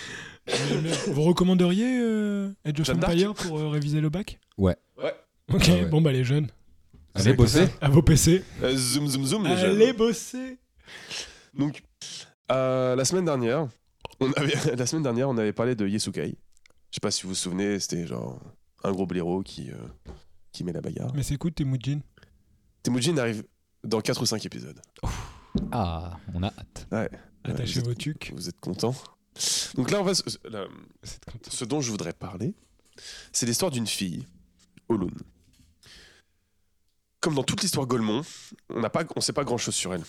S3: jamais- vous recommanderiez euh, Edge of
S2: Jeanne d'Arc
S3: Empire pour euh, réviser le bac
S1: Ouais.
S2: Ouais.
S3: Ok,
S1: Ah ouais.
S3: bon bah les jeunes,
S1: Allez
S2: C'est
S1: bosser
S3: à vos PC.
S2: euh, zoom, zoom, zoom, les jeunes.
S3: Allez bosser
S2: Donc, euh, la semaine dernière, on avait, la semaine dernière, on avait parlé de Yesukai. Je sais pas si vous vous souvenez, c'était genre un gros blaireau qui, euh, qui met la bagarre.
S3: Mais c'est cool, t'es Moujin.
S2: Temujin arrive dans 4 ou 5 épisodes.
S1: Ah, on a hâte.
S3: Attachez
S2: vous
S3: vos tucs.
S2: Vous êtes content Donc là, on va. se- la-
S3: C'est content.
S2: ce dont je voudrais parler, c'est l'histoire d'une fille, Olun. Comme dans toute l'histoire Golemon, on n'a pas, on sait pas grand-chose sur elle.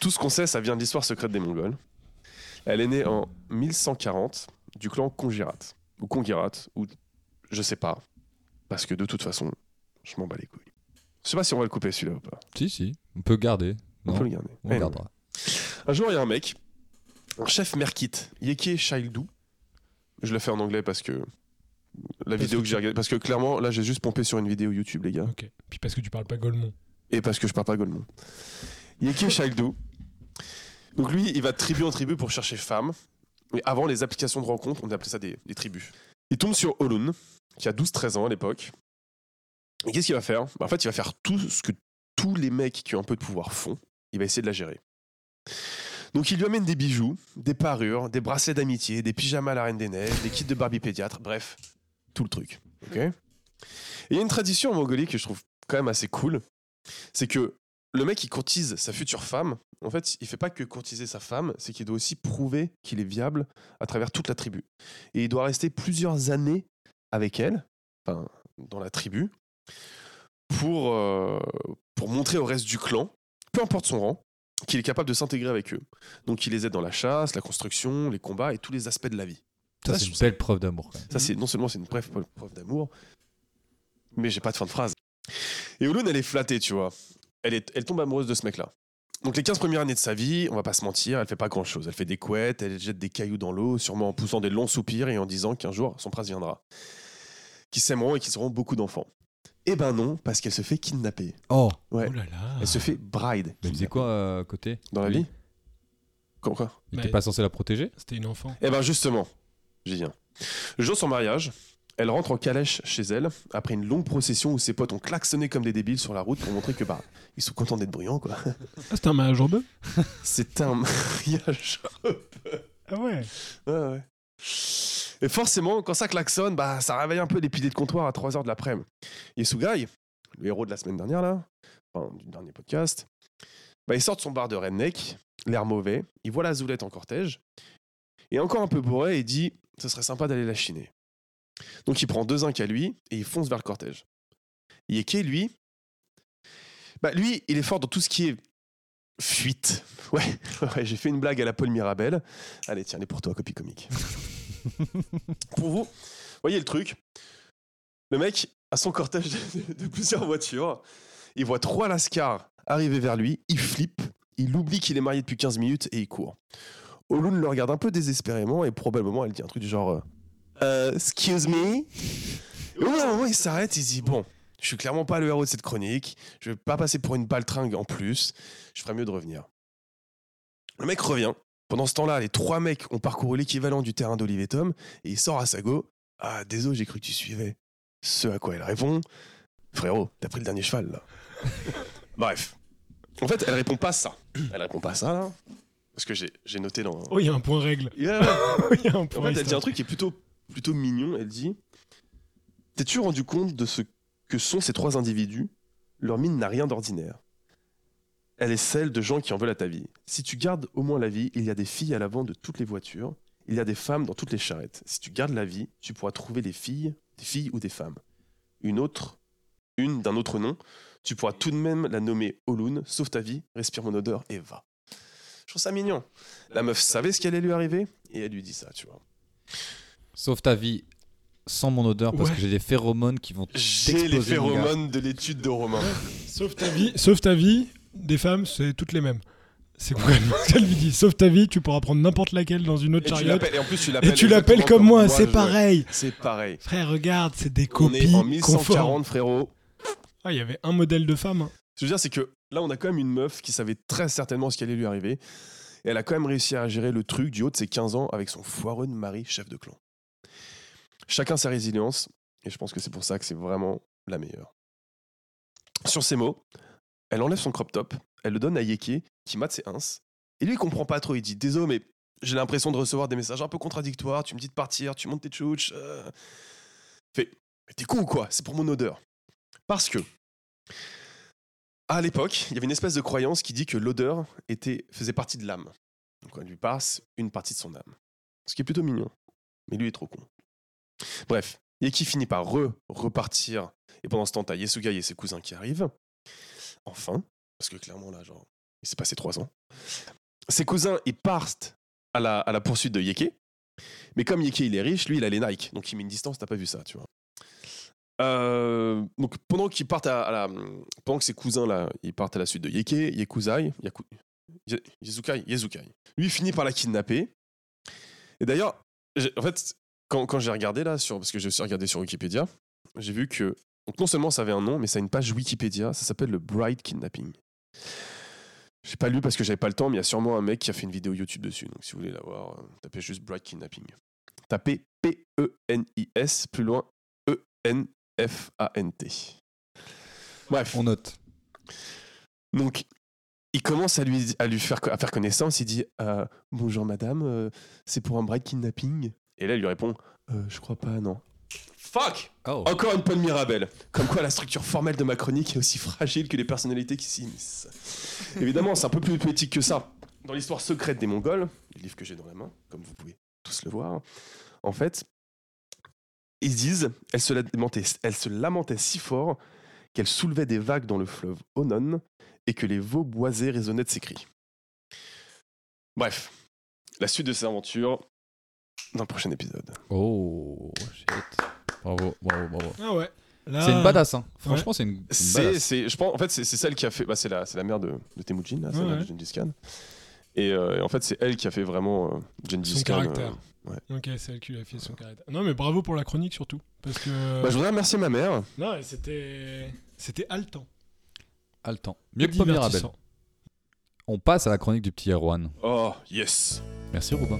S2: Tout ce qu'on sait, ça vient de l'histoire secrète des Mongols. Elle est née en 1140 du clan Kongirat, ou Kongirat, ou je sais pas, parce que de toute façon, je m'en bats les couilles. Je sais pas si on va le couper celui-là ou pas.
S1: Si, si, on peut garder.
S2: On
S1: Non,
S2: peut le garder.
S1: on
S2: Anyway.
S1: gardera.
S2: Un jour, il y a un mec, un chef merkite, Yeke Shaildou. Je le fais en anglais parce que la
S3: Parce
S2: vidéo
S3: que
S2: que, j'ai regardée. Parce que clairement, là, j'ai juste pompé sur une vidéo YouTube, les gars.
S3: Ok. Puis parce que tu parles pas Golemon.
S2: Et parce que je parle pas Golemon. Yeke Shaildou. Donc lui, il va de tribu en tribu pour chercher femme. Mais avant les applications de rencontres, on appelait ça des, des tribus. Il tombe sur Olun, qui a 12-13 ans à l'époque. Et qu'est-ce qu'il va faire Bah, En fait, il va faire tout ce que tous les mecs qui ont un peu de pouvoir font. Il va essayer de la gérer. Donc il lui amène des bijoux, des parures, des bracelets d'amitié, des pyjamas à la Reine des Neiges, des kits de Barbie pédiatre, bref, tout le truc. Ok Et il y a une tradition en Mongolie que je trouve quand même assez cool, c'est que le mec qui courtise sa future femme, en fait, il fait pas que courtiser sa femme, c'est qu'il doit aussi prouver qu'il est viable à travers toute la tribu. Et il doit rester plusieurs années avec elle, enfin, dans la tribu, pour, euh, pour montrer au reste du clan, peu importe son rang, qu'il est capable de s'intégrer avec eux. Donc il les aide dans la chasse, la construction, les combats et tous les aspects de la vie.
S1: Ça,
S2: Ça,
S1: c'est
S2: je
S1: une
S2: trouve
S1: belle preuve d'amour. quand même.
S2: Ça, c'est non seulement c'est une brève preuve preuve d'amour, mais j'ai pas de fin de phrase. Et Olun, elle est flattée, tu vois. Elle, est, elle tombe amoureuse de ce mec-là. Donc les 15 premières années de sa vie, on va pas se mentir, elle fait pas grand-chose. Elle fait des couettes, elle jette des cailloux dans l'eau, sûrement en poussant des longs soupirs et en disant qu'un jour, son prince viendra. Qui s'aimeront et qui seront beaucoup d'enfants. Eh ben non, parce qu'elle se fait kidnapper.
S1: Oh,
S2: Ouais.
S3: Oh là là.
S2: Elle se fait bride.
S1: mais il faisait quoi euh, à côté
S2: Dans la
S1: Lui
S2: vie Comme quoi
S1: Il
S3: Bah,
S1: était pas censé la protéger
S3: C'était une enfant.
S2: Eh ben justement, j'y viens. Le jour de son mariage, elle rentre en calèche chez elle après une longue procession où ses potes ont klaxonné comme des débiles sur la route pour montrer que bah ils sont contents d'être bruyants quoi.
S3: Ah, c'était un mariage en
S2: C'est un mariage.
S3: Ah ouais.
S2: Ouais, ouais. Et forcément, quand ça klaxonne, bah ça réveille un peu les piliers de comptoir à 3h de l'après-midi. Yasugai, le héros de la semaine dernière là, enfin du dernier podcast, bah il sort de son bar de redneck, l'air mauvais, il voit la zoulette en cortège, et encore un peu bourré, il dit « ce serait sympa d'aller la chiner ». Donc il prend deux inques à lui, et il fonce vers le cortège. Yeke, lui, bah lui, il est fort dans tout ce qui est fuite. Ouais, ouais, j'ai fait une blague à la Paul Mirabel. Allez, tiens, elle est pour toi, copie comique. pour vous, voyez le truc. Le mec a son cortège de, de plusieurs voitures. Il voit trois lascars arriver vers lui. Il flippe. Il oublie qu'il est marié depuis 15 minutes et il court. Olun le regarde un peu désespérément et probablement elle dit un truc du genre euh, Euh, Excuse me Et Au bout d'un moment, il s'arrête il se dit Bon, je suis clairement pas le héros de cette chronique. Je vais pas passer pour une baltringue en plus. Je ferais mieux de revenir. Le mec revient. Pendant ce temps-là, les trois mecs ont parcouru l'équivalent du terrain d'Olivetum et il sort à Sago. Ah, désolé, j'ai cru que tu suivais. Ce à quoi elle répond Frérot, t'as pris le dernier cheval là. Bref. En fait, elle répond pas ça. Elle répond pas ça là. Parce que j'ai j'ai noté dans.
S3: Oh, il y a un point règle.
S2: Yeah, ouais.
S3: Il y a un
S2: En
S3: point.
S2: fait, elle dit
S3: histoire.
S2: un truc qui est plutôt, plutôt mignon. Elle dit T'es-tu rendu compte de ce que sont ces trois individus Leur mine n'a rien d'ordinaire. Elle est celle de gens qui en veulent à ta vie. Si tu gardes au moins la vie, il y a des filles à l'avant de toutes les voitures. Il y a des femmes dans toutes les charrettes. Si tu gardes la vie, tu pourras trouver des filles, des filles ou des femmes. Une autre, une d'un autre nom, tu pourras tout de même la nommer Olun, sauve ta vie, respire mon odeur et va. Je trouve ça mignon. La meuf savait ce qui allait lui arriver et elle lui dit ça, tu vois.
S1: Sauf ta vie sans mon odeur parce
S3: Ouais.
S1: que j'ai des phéromones qui vont
S2: J'ai les
S1: t'exploser, mon gars.
S2: phéromones de l'étude de Romain.
S3: Sauve ta vie. Sauve ta vie. Des femmes, c'est toutes les mêmes. C'est complètement ce qu'elle lui dit. Sauve ta vie, tu pourras prendre n'importe laquelle dans une autre
S2: Et tu
S3: chariote.
S2: l'appelles, et en plus tu l'appelles.
S3: Et tu l'appelles
S2: exactement
S3: comme moi,
S2: je-
S3: c'est pareil.
S2: C'est pareil.
S3: Frère, regarde, c'est des
S2: On est
S3: copies
S2: en
S3: conformes.
S2: 1140, frérot.
S3: Ah, il y avait un modèle de femme. hein.
S2: Ce que je veux dire, c'est que là, on a quand même une meuf qui savait très certainement ce qui allait lui arriver. Et elle a quand même réussi à gérer le truc du haut de ses 15 ans avec son foireux de mari, chef de clan. Chacun sa résilience, et je pense que c'est pour ça que c'est vraiment la meilleure. Sur ces mots, elle enlève son crop top, elle le donne à Yeke, qui mate ses ins, et lui il comprend pas trop, il dit Désolé, mais j'ai l'impression de recevoir des messages un peu contradictoires, tu me dis de partir, tu montes tes tchouches. euh. Fait, mais t'es con ou quoi C'est pour mon odeur. Parce que, à l'époque, il y avait une espèce de croyance qui dit que l'odeur était, faisait partie de l'âme. Donc on lui passe une partie de son âme. Ce qui est plutôt mignon. Mais lui est trop con. Bref, Yeki finit par re repartir. Et pendant ce temps, t'as Yesuga et ses cousins qui arrivent. Enfin, parce que clairement là, genre, il s'est passé trois ans. Ses cousins, ils partent à la, à la poursuite de Yeke. Mais comme Yeke, il est riche, lui, il a les Nike. Donc il met une distance, t'as pas vu ça, tu vois. Euh, donc pendant qu'ils partent à, à la, pendant que ses cousins là, ils partent à la suite de Yeke, Yekuzai, Yaku, Ye- Yezukai, Yezukai. Lui il finit par la kidnapper. Et d'ailleurs, j'ai- en fait, quand, quand j'ai regardé là sur, parce que j'ai aussi regardé sur Wikipédia, j'ai vu que donc non seulement ça avait un nom, mais ça a une page Wikipédia. Ça s'appelle le Bride Kidnapping. J'ai pas lu parce que j'avais pas le temps, mais il y a sûrement un mec qui a fait une vidéo YouTube dessus. Donc si vous voulez la voir, euh, tapez juste Bride Kidnapping. Tapez E P-E-N-I-S plus loin E E-N-F-A-N-T. Bref.
S1: On note.
S2: Donc, il commence à lui, à lui faire, à faire connaissance. Il dit euh, Bonjour madame, euh, c'est pour un bride kidnapping Et là, il lui répond Euh, Je crois pas, non. Fuck
S1: Oh.
S2: Encore une pomme Mirabelle Comme quoi, la structure formelle de ma chronique est aussi fragile que les personnalités qui s'y immiscent. Évidemment, c'est un peu plus poétique que ça. Dans l'histoire secrète des Mongols, le livre que j'ai dans la main, comme vous pouvez tous le voir, en fait, ils disent elle se lamentait, elle se lamentait si fort qu'elle soulevait des vagues dans le fleuve Onon et que les veaux boisés résonnaient de ses cris. Bref, la suite de ces aventures dans le prochain épisode.
S1: Oh, shit. Bravo, bravo, bravo.
S3: Ah ouais. Là,
S1: C'est une badass, hein. Franchement, c'est une, c'est une
S2: C'est,
S1: badass.
S2: c'est, je pense, en fait, c'est, c'est celle qui a fait. Bah, c'est, la, c'est la mère de, de Temujin, là, c'est
S3: Ouais,
S2: la mère
S3: ouais.
S2: de Gengis Khan. Et euh, en fait, c'est elle qui a fait vraiment euh, Gengis
S3: Son
S2: Khan, euh.
S3: caractère. Ok, c'est elle qui lui a fait son caractère. Non, mais bravo pour la chronique surtout. Parce que.
S2: Bah, je voudrais remercier ma mère.
S3: Non, mais c'était. C'était haletant.
S1: Haletant. Mieux que Pomme Mirabel.
S3: divertissant.
S1: On passe à la chronique du petit Erwan.
S2: Oh, yes!
S1: Merci, Robin.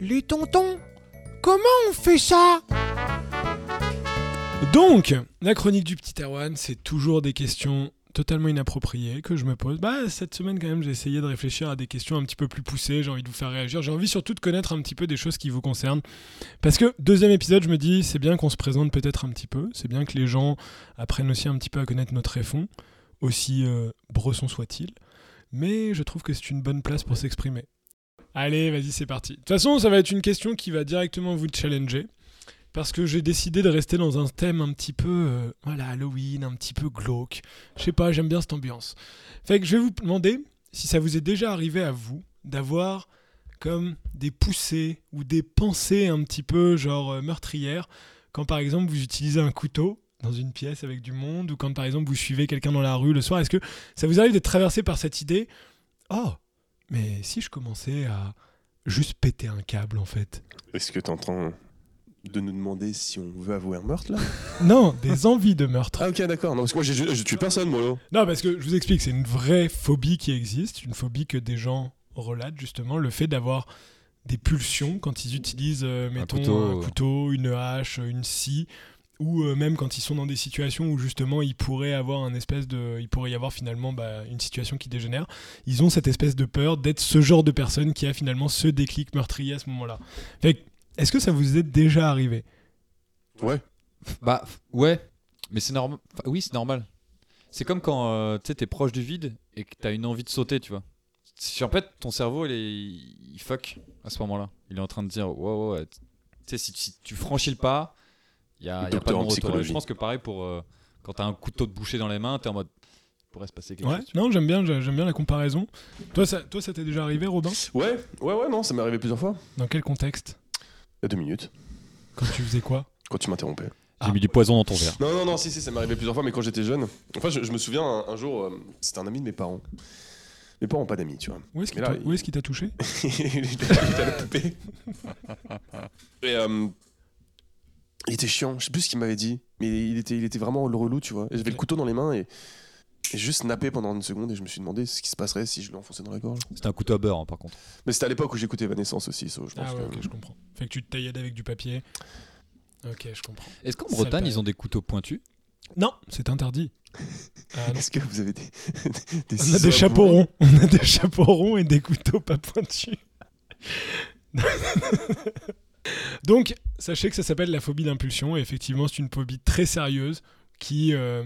S4: Les tontons, comment on fait ça
S3: Donc, la chronique du petit Erwan, c'est toujours des questions totalement inappropriées que je me pose. Bah, cette semaine, quand même, j'ai essayé de réfléchir à des questions un petit peu plus poussées. J'ai envie de vous faire réagir. J'ai envie surtout de connaître un petit peu des choses qui vous concernent. Parce que, deuxième épisode, je me dis, c'est bien qu'on se présente peut-être un petit peu. C'est bien que les gens apprennent aussi un petit peu à connaître notre effond, aussi euh, bresson soit-il. Mais je trouve que c'est une bonne place pour s'exprimer. Allez, vas-y, c'est parti. De toute façon, ça va être une question qui va directement vous challenger parce que j'ai décidé de rester dans un thème un petit peu, euh, voilà, Halloween, un petit peu glauque. Je sais pas, j'aime bien cette ambiance. Fait que je vais vous demander si ça vous est déjà arrivé à vous d'avoir comme des poussées ou des pensées un petit peu genre euh, meurtrières quand par exemple vous utilisez un couteau dans une pièce avec du monde ou quand par exemple vous suivez quelqu'un dans la rue le soir. Est-ce que ça vous arrive d'être traversé par cette idée Oh, mais si je commençais à juste péter un câble en fait
S2: Est-ce que t'es en train de nous demander si on veut avouer un meurtre là
S3: Non, des envies de meurtre.
S2: Ah ok d'accord, non parce que moi j'ai, je tue personne moi là.
S3: Non, parce que je vous explique, c'est une vraie phobie qui existe, une phobie que des gens relatent justement, le fait d'avoir des pulsions quand ils utilisent, euh, mettons, un couteau.
S1: couteau.
S3: une hache, une scie, ou euh, même quand ils sont dans des situations où justement il pourrait avoir un espèce de, il pourrait y avoir finalement bah, une situation qui dégénère. Ils ont cette espèce de peur d'être ce genre de personne qui a finalement ce déclic meurtrier à ce moment-là. Fait que, est-ce que ça vous est déjà arrivé
S2: Ouais.
S1: Bah, ouais. Mais c'est normal. Enfin, oui, c'est normal. C'est comme quand euh, tu sais, t'es proche du vide et que t'as une envie de sauter, tu vois. C'est- En fait, ton cerveau, il, est... il fuck à ce moment-là. Il est en train de dire, wow, ouais, ouais. Tu sais, si, si tu franchis le pas, il y a, y a pas
S2: Docteur
S1: de
S2: en
S1: retour.
S2: psychologie.
S1: Je pense que pareil pour euh, quand t'as un couteau de boucher dans les mains, t'es en mode, il pourrait se passer quelque
S3: Ouais.
S1: chose. tu vois.
S3: Non, j'aime bien, j'aime bien la comparaison. Toi, ça, toi, ça t'est déjà arrivé, Robin
S2: Ouais, ouais, ouais, non, ça m'est arrivé plusieurs fois.
S3: Dans quel contexte
S2: Il y a deux minutes,
S3: Quand tu faisais quoi
S2: quand tu m'interrompais.
S1: J'ai mis du poison dans ton verre.
S2: Non, non, non, si, si, ça m'est arrivé plusieurs fois, mais quand j'étais jeune. Enfin, je, je me souviens un, un jour, euh, c'était un ami de mes parents. Mes parents, ont pas d'amis, tu vois.
S3: Où est-ce qu'il
S2: Mais là,
S3: t'a- où est-ce qu'il t'a touché
S2: il était il était à la poupée. Et euh, il était chiant, je sais plus ce qu'il m'avait dit, mais il était, il était vraiment le relou, tu vois. Et J'avais le couteau dans les mains et, et juste nappé pendant une seconde et je me suis demandé ce qui se passerait si je lui enfonçais dans la gorge.
S1: C'était un couteau à beurre, hein, par contre.
S2: Mais c'était à l'époque où j'écoutais Evanescence aussi, so, je pense
S3: Ah ouais,
S2: que-
S3: ok, je comprends. Fait que tu te taillais avec du papier. Ok, je comprends.
S1: Est-ce qu'en
S3: Sale
S1: Bretagne,
S3: période.
S1: ils ont des couteaux pointus
S3: Non, c'est interdit. Ah non.
S2: Est-ce que vous avez des, des
S3: On a
S2: ciseaux à
S3: des chapeaux
S2: bout
S3: ronds. On a des chapeaux ronds et des couteaux pas pointus. Donc, sachez que ça s'appelle la phobie d'impulsion. Et effectivement, c'est une phobie très sérieuse qui euh,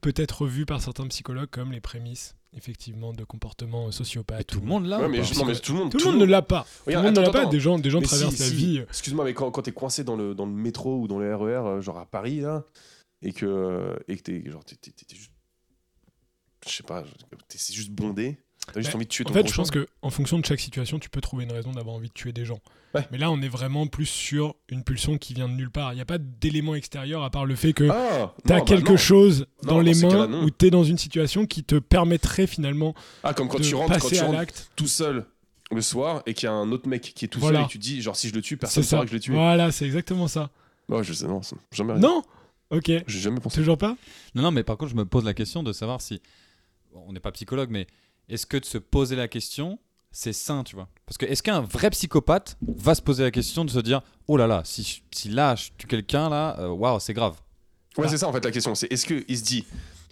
S3: peut être revu par certains psychologues comme les prémices, effectivement, de comportements euh, sociopathes.
S1: Et Bah, tout le
S3: ou-
S1: monde là
S2: Ouais,
S1: ou
S2: mais,
S1: pas
S2: je- non, mais tout le monde.
S3: Ah, Tout le monde ne l'a pas.
S2: Regarde,
S3: tout le monde ne l'a
S2: attends,
S3: pas.
S2: attends.
S3: Des gens, des gens
S2: Mais si,
S3: traversent la
S2: si.
S3: vie. euh,
S2: Excuse-moi, mais quand, quand t'es coincé dans le, dans le métro ou dans les RER, euh, genre à Paris, là, et que euh, et que t'es genre, t'es- t'es- t'es juste. Je sais pas, t'es c'est juste bondé. T'as juste
S3: Bah,
S2: envie de tuer ton
S3: En fait, je
S2: prochain.
S3: pense que en fonction de chaque situation, tu peux trouver une raison d'avoir envie de tuer des gens.
S2: Ouais.
S3: Mais là, on est vraiment plus sur une pulsion qui vient de nulle part. Il n'y a pas d'élément extérieur à part le fait que
S2: Ah,
S3: t'as
S2: non, bah
S3: quelque
S2: non.
S3: chose dans
S2: Non,
S3: les
S2: dans ces
S3: mains
S2: cas-là, non.
S3: ou t'es dans une situation qui te permettrait finalement
S2: Ah, comme quand
S3: de
S2: tu rentres, quand
S3: passer
S2: tu
S3: à
S2: rentres
S3: l'acte.
S2: tout seul le soir et qu'il y a un autre mec qui est tout
S3: Voilà.
S2: seul et tu te dis, genre, si je le tue,
S3: C'est
S2: personne
S3: ça.
S2: saura que je l'ai tué.
S3: Voilà, c'est exactement ça.
S2: Ouais, je sais, non, ça m'est jamais arrivé.
S3: Non Ok.
S2: J'ai jamais pensé.
S3: Toujours pas
S1: Non, non, mais par contre, je me pose la question de savoir si. bon, on n'est pas psychologue, mais est-ce que de se poser la question, c'est sain, tu vois Parce que est-ce qu'un vrai psychopathe va se poser la question de se dire Oh là là, si, je- si là je tue quelqu'un, là, euh, waouh, c'est grave.
S2: Ouais,
S3: Ah.
S2: c'est ça en fait la question. C'est est-ce qu'il se dit,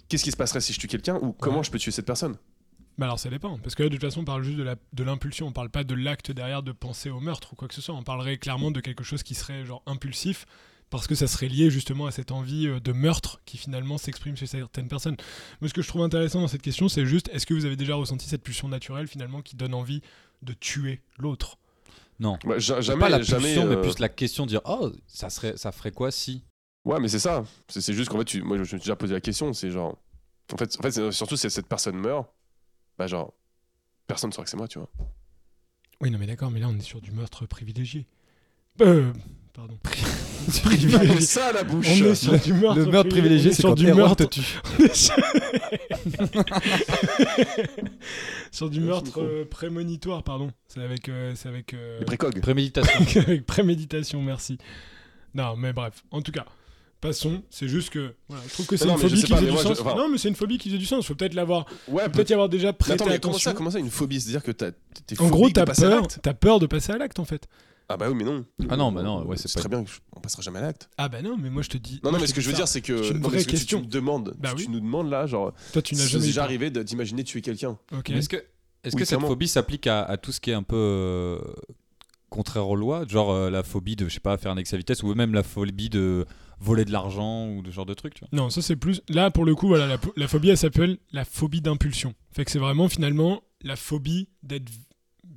S2: qu'est-ce qui se passerait si je tue quelqu'un ou comment je peux tuer cette personne
S3: Bah alors ça dépend, parce que là de toute façon on parle juste de la- de l'impulsion, on parle pas de l'acte derrière de penser au meurtre ou quoi que ce soit, on parlerait clairement de quelque chose qui serait genre impulsif, parce que ça serait lié justement à cette envie euh, de meurtre qui finalement s'exprime chez certaines personnes. Mais ce que je trouve intéressant dans cette question c'est juste, est-ce que vous avez déjà ressenti cette pulsion naturelle finalement qui donne envie de tuer l'autre
S2: Bah, ja-
S1: C'est
S2: Jamais,
S1: pas la
S2: jamais.
S1: pulsion, mais
S2: euh,
S1: plus la question de dire Oh, ça, serait, ça ferait quoi si
S2: Ouais, mais c'est ça. C'est c'est juste qu'en fait, tu... moi, je me suis déjà posé la question. C'est genre. En fait, en fait c'est- surtout, si cette personne meurt, bah, genre, personne ne saura que c'est moi, tu vois.
S3: Oui non mais d'accord, mais là on est sur du meurtre privilégié. Euh, pardon.
S2: J'ai
S3: privilégié.
S2: ça à la bouche
S3: Ah,
S2: Euh,
S3: On est sur du meurtre, on est sur du meurtre
S1: tue.
S3: sur... Sur du
S2: Euh,
S3: meurtre
S2: micro.
S3: euh, prémonitoire, pardon. C'est avec, euh, c'est avec, euh,
S2: Les précogs.
S1: Préméditation.
S3: avec préméditation, merci. Non, mais bref, en tout cas, passons. C'est juste que voilà, je trouve que c'est
S2: Ah non,
S3: une
S2: mais je
S3: phobie
S2: sais
S3: qui
S2: pas,
S3: faisait
S2: mais
S3: du
S2: moi, je-
S3: sens.
S2: enfin-
S3: Non, mais c'est une phobie qui faisait du sens. Faut peut-être l'avoir,
S2: Ouais, peut-
S3: peut-être y avoir déjà
S2: Mais
S3: prêté
S2: Attends, mais comment
S3: attention.
S2: ça, comment ça, une phobie C'est-à-dire que t'as- t'es
S3: en
S2: phobique
S3: gros,
S2: de
S3: t'as
S2: passer à
S3: peur,
S2: l'acte
S3: t'as peur de passer à l'acte en fait.
S2: Ah, bah oui, mais non.
S1: Ah non, bah non, ouais, c'est pas-
S2: très bien, je- on passera jamais à l'acte.
S3: Ah bah non, mais moi je te dis.
S2: Non,
S3: moi,
S2: non, mais ce
S3: te
S2: que
S3: dis
S2: je veux
S3: ça.
S2: dire, c'est que.
S3: C'est une
S2: non, mais
S3: vraie
S2: ce que tu-
S3: question.
S2: Tu, me demandes,
S3: Bah
S2: tu-
S3: oui.
S2: tu nous demandes là, genre.
S3: toi tu n'as
S2: C'est
S3: jamais. eu
S2: déjà
S3: peur.
S2: arrivé de- d'imaginer tuer quelqu'un.
S3: Ok.
S1: Mais Est-ce que, est-ce
S2: Oui,
S1: que cette
S2: clairement.
S1: phobie s'applique à, à tout ce qui est un peu euh, contraire aux lois Genre euh, la phobie de, je sais pas, faire un excès vitesse ou même la phobie de voler de l'argent ou de ce genre de truc, tu vois
S3: Non, ça c'est plus. Là, pour le coup, voilà, la, po- la phobie, elle s'appelle la phobie d'impulsion. Fait que c'est vraiment finalement la phobie d'être vi-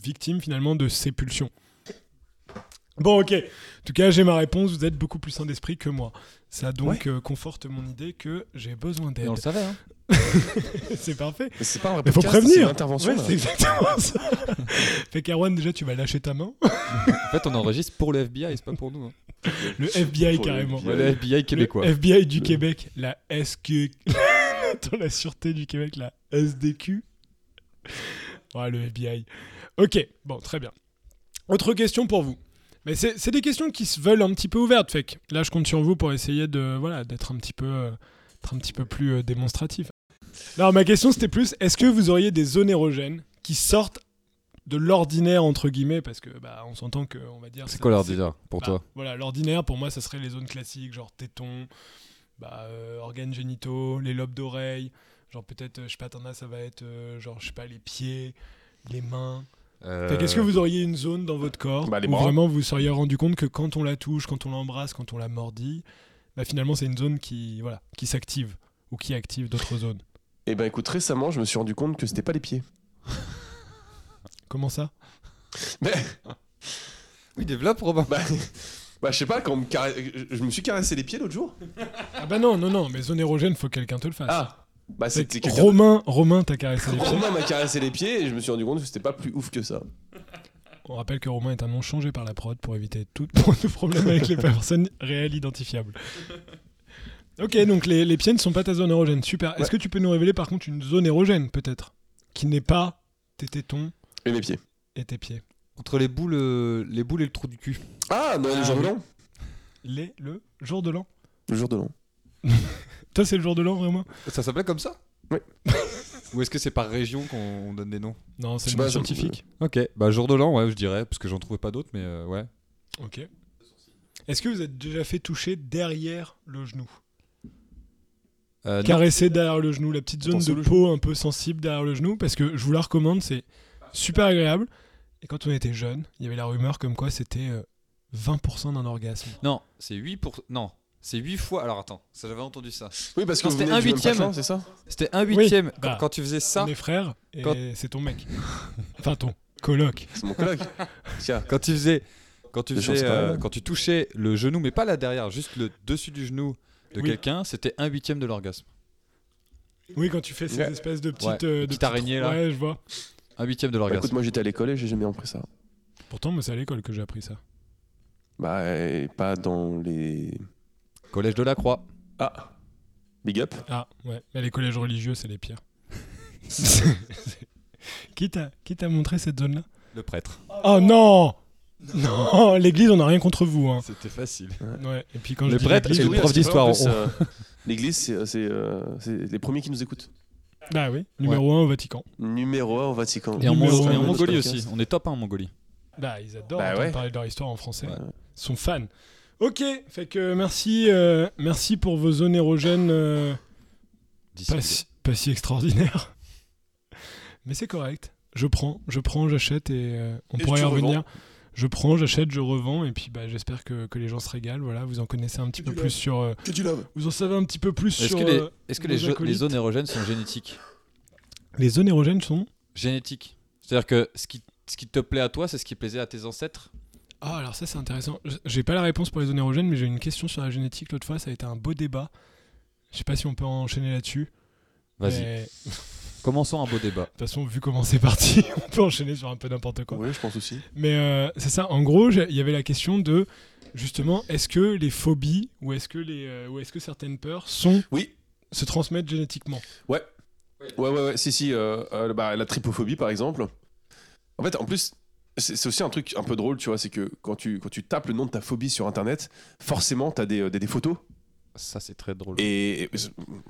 S3: victime finalement de ses pulsions. Bon, ok. En tout cas, j'ai ma réponse. Vous êtes beaucoup plus sain d'esprit que moi. Ça donc euh, conforte mon idée que j'ai besoin
S1: Et
S3: d'aide.
S1: on le savait, hein
S3: c'est parfait.
S2: Mais C'est pas un vrai
S3: Mais faut
S2: podcast,
S3: prévenir.
S2: C'est une intervention.
S3: Ouais,
S2: là.
S3: c'est exactement ça. fait qu'Erwan, déjà, tu vas lâcher ta main.
S1: En fait, on enregistre pour le FBI, c'est pas pour nous. hein.
S3: Le FBI
S2: Pour le
S3: carrément.
S2: FBI.
S1: Ouais, le FBI québécois.
S3: Le FBI du
S2: Le-
S3: Québec, la SQ. Attends, la Sûreté du Québec, la SDQ. Ouais, le FBI. Ok, bon, très bien. Autre question pour vous. Mais c'est c'est des questions qui se veulent un petit peu ouvertes, fait que là, je compte sur vous pour essayer de voilà d'être un petit peu euh, d'être un petit peu plus euh, démonstratif. Non, ma question c'était plus est-ce que vous auriez des zones érogènes qui sortent de l'ordinaire entre guillemets parce que bah on s'entend que on va dire
S1: C'est
S3: ça-
S1: quoi leur désir pour
S3: bah,
S1: toi
S3: Voilà, l'ordinaire, pour moi, ça serait les zones classiques, genre tétons, bah, euh, organes génitaux, les lobes d'oreilles. Genre peut-être, euh, je sais pas, t'en as, ça va être, euh, genre, je sais pas, les pieds, les mains.
S1: euh,
S3: Fait qu'est-ce que vous auriez une zone dans votre corps
S2: Euh, Bah, les
S3: où
S2: bras.
S3: vraiment vous seriez rendu compte que quand on la touche, quand on l'embrasse, quand on la mordit, bah finalement, c'est une zone qui, voilà, qui s'active ou qui active d'autres zones.
S2: Eh ben écoute, récemment, je me suis rendu compte que c'était pas les pieds.
S3: Comment ça
S2: Mais
S1: Oui, développe, Robin.
S2: bah, bah, je sais pas, quand on me caresse- je je me suis caressé les pieds l'autre jour.
S3: Ah bah non, non, non, mais zone érogène, faut que quelqu'un te le fasse.
S2: Ah, bah
S3: Fait
S2: c'était
S3: que
S2: quelqu'un.
S3: Romain, Romain t'a caressé les pieds.
S2: Romain m'a caressé les pieds et je me suis rendu compte que c'était pas plus ouf que ça.
S3: On rappelle que Romain est un nom changé par la prod pour éviter tout, tout problème avec les personnes réelles identifiables. Ok, donc les, les pieds ne sont pas ta zone érogène. Super. Est-ce
S2: Ouais.
S3: que tu peux nous révéler par contre une zone érogène peut-être Qui n'est pas tes tétons
S2: Et mes pieds.
S3: et tes pieds.
S1: Entre les boules, euh, les boules et le trou du cul.
S2: Ah, non,
S3: Ah,
S2: le jour
S3: oui.
S2: de l'an.
S3: Les, le jour de l'an.
S2: Le jour de l'an.
S3: Toi, c'est le jour de l'an, vraiment
S1: Ça s'appelait comme ça
S2: Oui.
S1: Ou est-ce que c'est par région qu'on on donne des noms
S3: Non, c'est
S2: Je sais
S3: le
S2: pas,
S3: nom
S2: ça me-
S3: scientifique.
S1: Ok, bah jour de l'an, ouais, je dirais, parce que j'en trouvais pas d'autres, mais euh, ouais.
S3: Ok. Est-ce que vous êtes déjà fait toucher derrière le genou
S1: Euh, non.
S3: caresser derrière le genou, la petite zone
S2: Pense
S3: de
S2: au
S3: peau un peu sensible derrière le genou, parce que je vous la recommande, c'est super agréable. Et quand on était jeune, il y avait la rumeur comme quoi c'était euh, 20% d'un orgasme.
S1: Non, c'est 8%. Pour... Non, C'est 8 fois. Alors attends, ça, j'avais entendu ça.
S2: Oui, parce que
S1: Non,
S2: vous
S1: c'était
S2: venez
S1: un
S2: du même
S1: huitième.
S2: patron, c'est ça
S1: C'était 1 huitième. Quand-
S3: bah,
S1: quand tu faisais ça,
S3: On est frères et
S1: Quand-
S3: c'est ton mec. enfin, ton coloc.
S2: C'est mon collègue. Tiens,
S1: quand tu faisais. Quand tu,
S2: Les
S1: faisais,
S2: chances, quand
S1: euh,
S2: même.
S1: quand tu touchais le genou, mais pas là derrière, juste le dessus du genou de
S3: Oui.
S1: quelqu'un, c'était 1 huitième de l'orgasme.
S3: Oui, quand tu fais ces
S2: Ouais.
S3: espèces de petites.
S1: Ouais,
S3: euh, de
S1: petite
S3: petites-
S1: araignée, là.
S3: Ouais, je vois.
S1: 1 huitième de
S2: Bah,
S1: l'orgasme.
S2: écoute, moi j'étais à l'école et j'ai jamais appris ça.
S3: Pourtant, moi, c'est à l'école que j'ai appris ça.
S2: Bah, euh, pas dans les.
S1: Collège de la Croix.
S2: Ah Big up
S3: Ah, ouais. Mais les collèges religieux, c'est les pires. qui t'a qui t'a montré cette zone-là
S1: Le prêtre.
S3: Oh non Non, l'église, on n'a rien contre vous. Hein.
S1: C'était facile.
S3: Ouais. Et puis quand
S1: Le
S3: je dis
S1: prêtre,
S3: l'église,
S1: c'est le
S3: oui,
S1: prof
S2: à cette
S1: d'histoire, oh.
S2: époque,
S1: on-
S2: en plus, euh, L'église, c'est, c'est, euh, c'est les premiers qui nous écoutent.
S3: Bah oui, numéro 1 au Vatican.
S2: Numéro 1 au Vatican.
S1: Et en,
S3: Numéro
S1: Mongol-
S3: un
S1: et en
S3: de notre
S1: Mongolie aussi. On est top 1 en Mongolie.
S3: Bah, ils adorent
S2: Bah
S3: entendre
S2: ouais.
S3: parler de leur histoire en français.
S1: Ouais.
S3: Ils sont fans. Ok, fait que merci, euh, merci pour vos zones érogènes euh,
S1: D'ici-
S3: pas, si, pas si extraordinaires. Mais c'est correct. Je prends, je prends, j'achète et euh, on
S2: Et
S3: pourra y
S2: tu
S3: revenir.
S2: revends.
S3: Je prends, j'achète, je revends et puis bah, j'espère que, que les gens se régalent. Voilà, vous en connaissez un petit peu plus sur. euh,
S2: Que tu l'aimes
S3: vous en savez un petit peu plus
S1: Est-ce
S3: sur.
S1: que les,
S3: euh,
S1: est-ce que
S3: nos
S1: les, jo- les
S3: acolytes.
S1: zones érogènes sont génétiques
S3: les zones érogènes sont.
S1: Génétiques. C'est-à-dire que ce qui, ce qui te plaît à toi, c'est ce qui plaisait à tes ancêtres
S3: Ah, alors ça, c'est intéressant. J- J'ai pas la réponse pour les zones érogènes, mais j'ai une question sur la génétique. L'autre fois, ça a été un beau débat. Je sais pas si on peut enchaîner là-dessus.
S1: Vas-y.
S3: mais-
S1: Commençons un beau débat.
S3: De toute façon, vu comment c'est parti, on peut enchaîner sur un peu n'importe quoi.
S2: Oui, je pense aussi.
S3: Mais euh, c'est ça, en gros, j'ai- il y avait la question de justement, est-ce que les phobies ou est-ce que, les, euh, ou est-ce que certaines peurs sont,
S2: Oui.
S3: se transmettent génétiquement
S2: Ouais. Ouais, ouais, ouais. Si, si. euh, euh, bah, la tripophobie, par exemple. En fait, en plus, c'est, c'est aussi un truc un peu drôle, tu vois. C'est que quand tu, quand tu tapes le nom de ta phobie sur Internet, forcément, t'as des, euh, des, des photos.
S1: Ça, c'est très drôle.
S2: Et. et-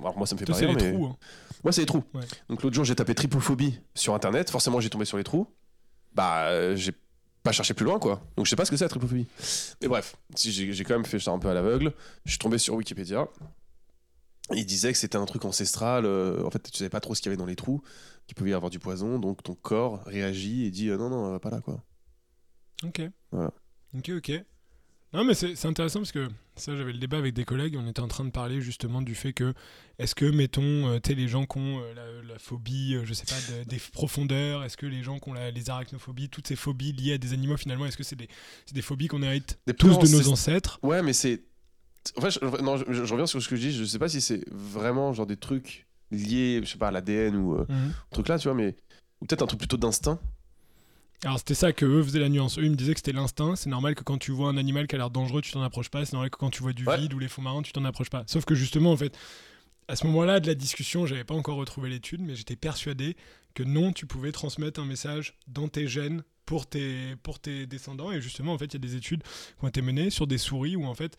S2: alors, moi, ça me fait
S3: Toi,
S2: pas
S3: c'est
S2: rire,
S3: les
S2: mais.
S3: trous. hein.
S2: Moi, c'est les trous.
S3: Ouais.
S2: Donc l'autre jour, j'ai tapé tripophobie sur internet. Forcément, j'ai tombé sur les trous. Bah, euh, j'ai pas cherché plus loin, quoi. Donc je sais pas ce que c'est la tripophobie. Mais bref, si j'ai j'ai quand même fait ça un peu à l'aveugle. Je suis tombé sur Wikipédia. Il disait que c'était un truc ancestral. euh, en fait, tu savais pas trop ce qu'il y avait dans les trous, qu'il pouvait y avoir du poison. Donc ton corps réagit et dit euh, non, non, va pas là, quoi.
S3: Ok.
S2: Voilà.
S3: Ok, ok. Non, mais c'est c'est intéressant parce que ça, j'avais le débat avec des collègues. On était en train de parler justement du fait que, est-ce que, mettons, euh, tu sais, les gens qui ont euh, la, la phobie, euh, je sais pas, de- des profondeurs, est-ce que les gens qui ont la- les arachnophobies, toutes ces phobies liées à des animaux, finalement, est-ce que c'est des, c'est des phobies qu'on hérite
S2: Des
S3: tous
S2: peurs
S3: de nos
S2: ancest-
S3: ancêtres
S2: Ouais, mais c'est. En fait, je, non, je- je reviens sur ce que je dis. Je sais pas si c'est vraiment genre des trucs liés, je sais pas, à l'ADN ou euh,
S3: Mhm.
S2: truc là, tu vois, mais. Ou peut-être un truc plutôt d'instinct.
S3: Alors c'était ça que eux faisaient la nuance. Eux ils me disaient que c'était l'instinct. C'est normal que quand tu vois un animal qui a l'air dangereux, tu t'en approches pas. C'est normal que quand tu vois du
S2: Ouais.
S3: vide ou les fonds marins, tu t'en approches pas. Sauf que justement en fait, à ce moment-là de la discussion, j'avais pas encore retrouvé l'étude, mais j'étais persuadé que non, tu pouvais transmettre un message dans tes gènes pour tes pour tes descendants. Et justement en fait, il y a des études qui ont été menées sur des souris où en fait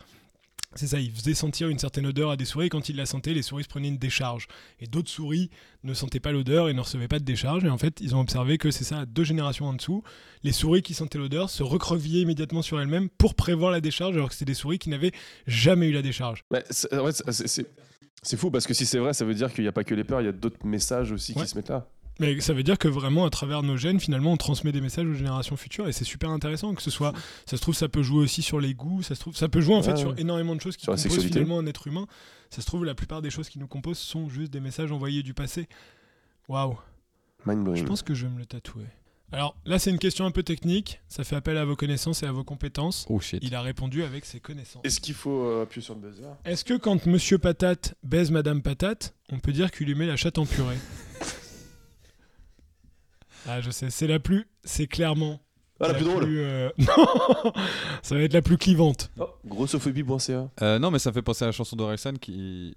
S3: c'est ça, ils faisaient sentir une certaine odeur à des souris, et quand ils la sentaient, les souris se prenaient une décharge. Et d'autres souris ne sentaient pas l'odeur et ne recevaient pas de décharge. Et en fait, ils ont observé que c'est ça, deux générations en dessous, les souris qui sentaient l'odeur se recroquevillaient immédiatement sur elles-mêmes pour prévoir la décharge, alors que c'était des souris qui n'avaient jamais eu la décharge.
S2: Ouais, c'est- en fait, c'est- c'est- c'est- c'est fou parce que si c'est vrai, ça veut dire qu'il n'y a pas que les peurs, il y a d'autres messages aussi
S3: Ouais.
S2: qui se mettent là.
S3: Mais ça veut dire que vraiment, à travers nos gènes, finalement, on transmet des messages aux générations futures, et c'est super intéressant. Que ce soit, ça se trouve, ça peut jouer aussi sur les goûts, ça se trouve, ça peut jouer en fait
S2: Ouais,
S3: sur
S2: ouais.
S3: énormément de choses qui
S2: Sur la
S3: composent
S2: sexualité.
S3: finalement un être humain. Ça se trouve, la plupart des choses qui nous composent sont juste des messages envoyés du passé. Waouh.
S2: Mind blowing.
S3: Je pense que je vais me le tatouer. Alors là, c'est une question un peu technique. Ça fait appel à vos connaissances et à vos compétences.
S1: Oh shit.
S3: Il a répondu avec ses connaissances.
S2: Est-ce qu'il faut euh, appuyer sur le buzzer
S3: Est-ce que quand Monsieur Patate baise Madame Patate, on peut dire qu'il lui met la chatte en purée Ah, je sais, c'est la plus. C'est clairement.
S2: Ah, la plus drôle
S3: euh, Non Ça va être la plus clivante.
S2: oh, Grossophobie.ca.
S1: Euh, non, mais ça me fait penser à la chanson d'Orelsan qui.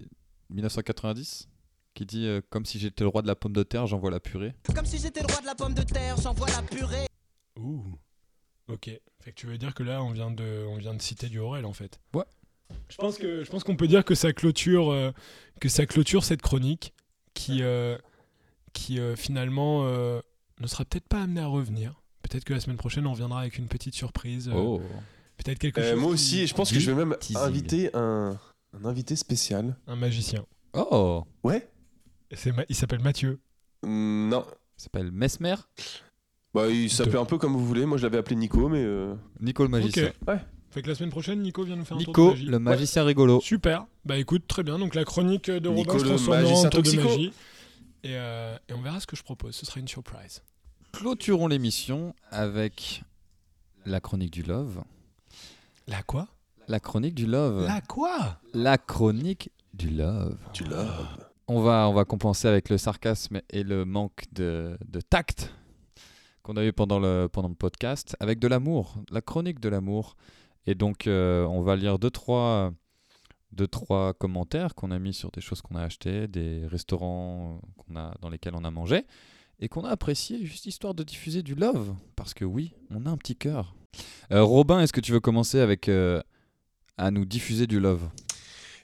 S1: 1990 qui dit euh, Comme si j'étais le roi de la pomme de terre, j'envoie la purée.
S5: Comme si j'étais le roi de la pomme de terre, j'envoie la purée.
S3: Ouh. Ok. Fait que tu veux dire que là, on vient de, on vient de citer du Aurel, en fait.
S1: Ouais.
S3: Je pense que, je pense qu'on peut dire que ça clôture, euh, que ça clôture cette chronique qui, euh, qui euh, finalement euh, ne sera peut-être pas amenée à revenir. Peut-être que la semaine prochaine, on reviendra avec une petite surprise. euh,
S1: Oh.
S3: Peut-être quelque
S2: Euh,
S3: chose.
S2: moi
S3: qui-
S2: aussi, je pense que je vais même
S1: teasing.
S2: inviter un, un invité spécial.
S3: Un magicien.
S1: Oh
S2: Ouais
S3: C'est Ma- Il s'appelle Mathieu.
S2: Mm, Non.
S1: Il s'appelle Mesmer
S2: Bah, il s'appelle un peu comme vous voulez. Moi, je l'avais appelé Nico, mais. euh,
S1: Nicole Magicien.
S3: Ok.
S2: Ouais.
S3: Fait que la semaine prochaine, Nico vient nous faire un tour
S1: Nico,
S3: de magie.
S1: le magicien rigolo.
S3: Ouais. Super. Bah écoute, très bien. Donc la chronique de
S2: Nico,
S3: Robin se
S2: le
S3: transformera en
S2: magicien
S3: tour de
S2: toxico.
S3: magie. Et, euh, et on verra ce que je propose. Ce sera une surprise.
S1: Clôturons l'émission avec la chronique du love.
S3: La quoi
S1: La chronique du love.
S3: La quoi
S1: La chronique du love.
S2: Tu l'as.
S1: On va, on va compenser avec le sarcasme et le manque de, de tact qu'on a eu pendant le, pendant le podcast, avec de l'amour, la chronique de l'amour. Et donc, euh, on va lire deux trois, deux, trois commentaires qu'on a mis sur des choses qu'on a achetées, des restaurants qu'on a, dans lesquels on a mangé, et qu'on a apprécié, juste histoire de diffuser du love. Parce que oui, on a un petit cœur. Euh, Robin, est-ce que tu veux commencer avec euh, à nous diffuser du love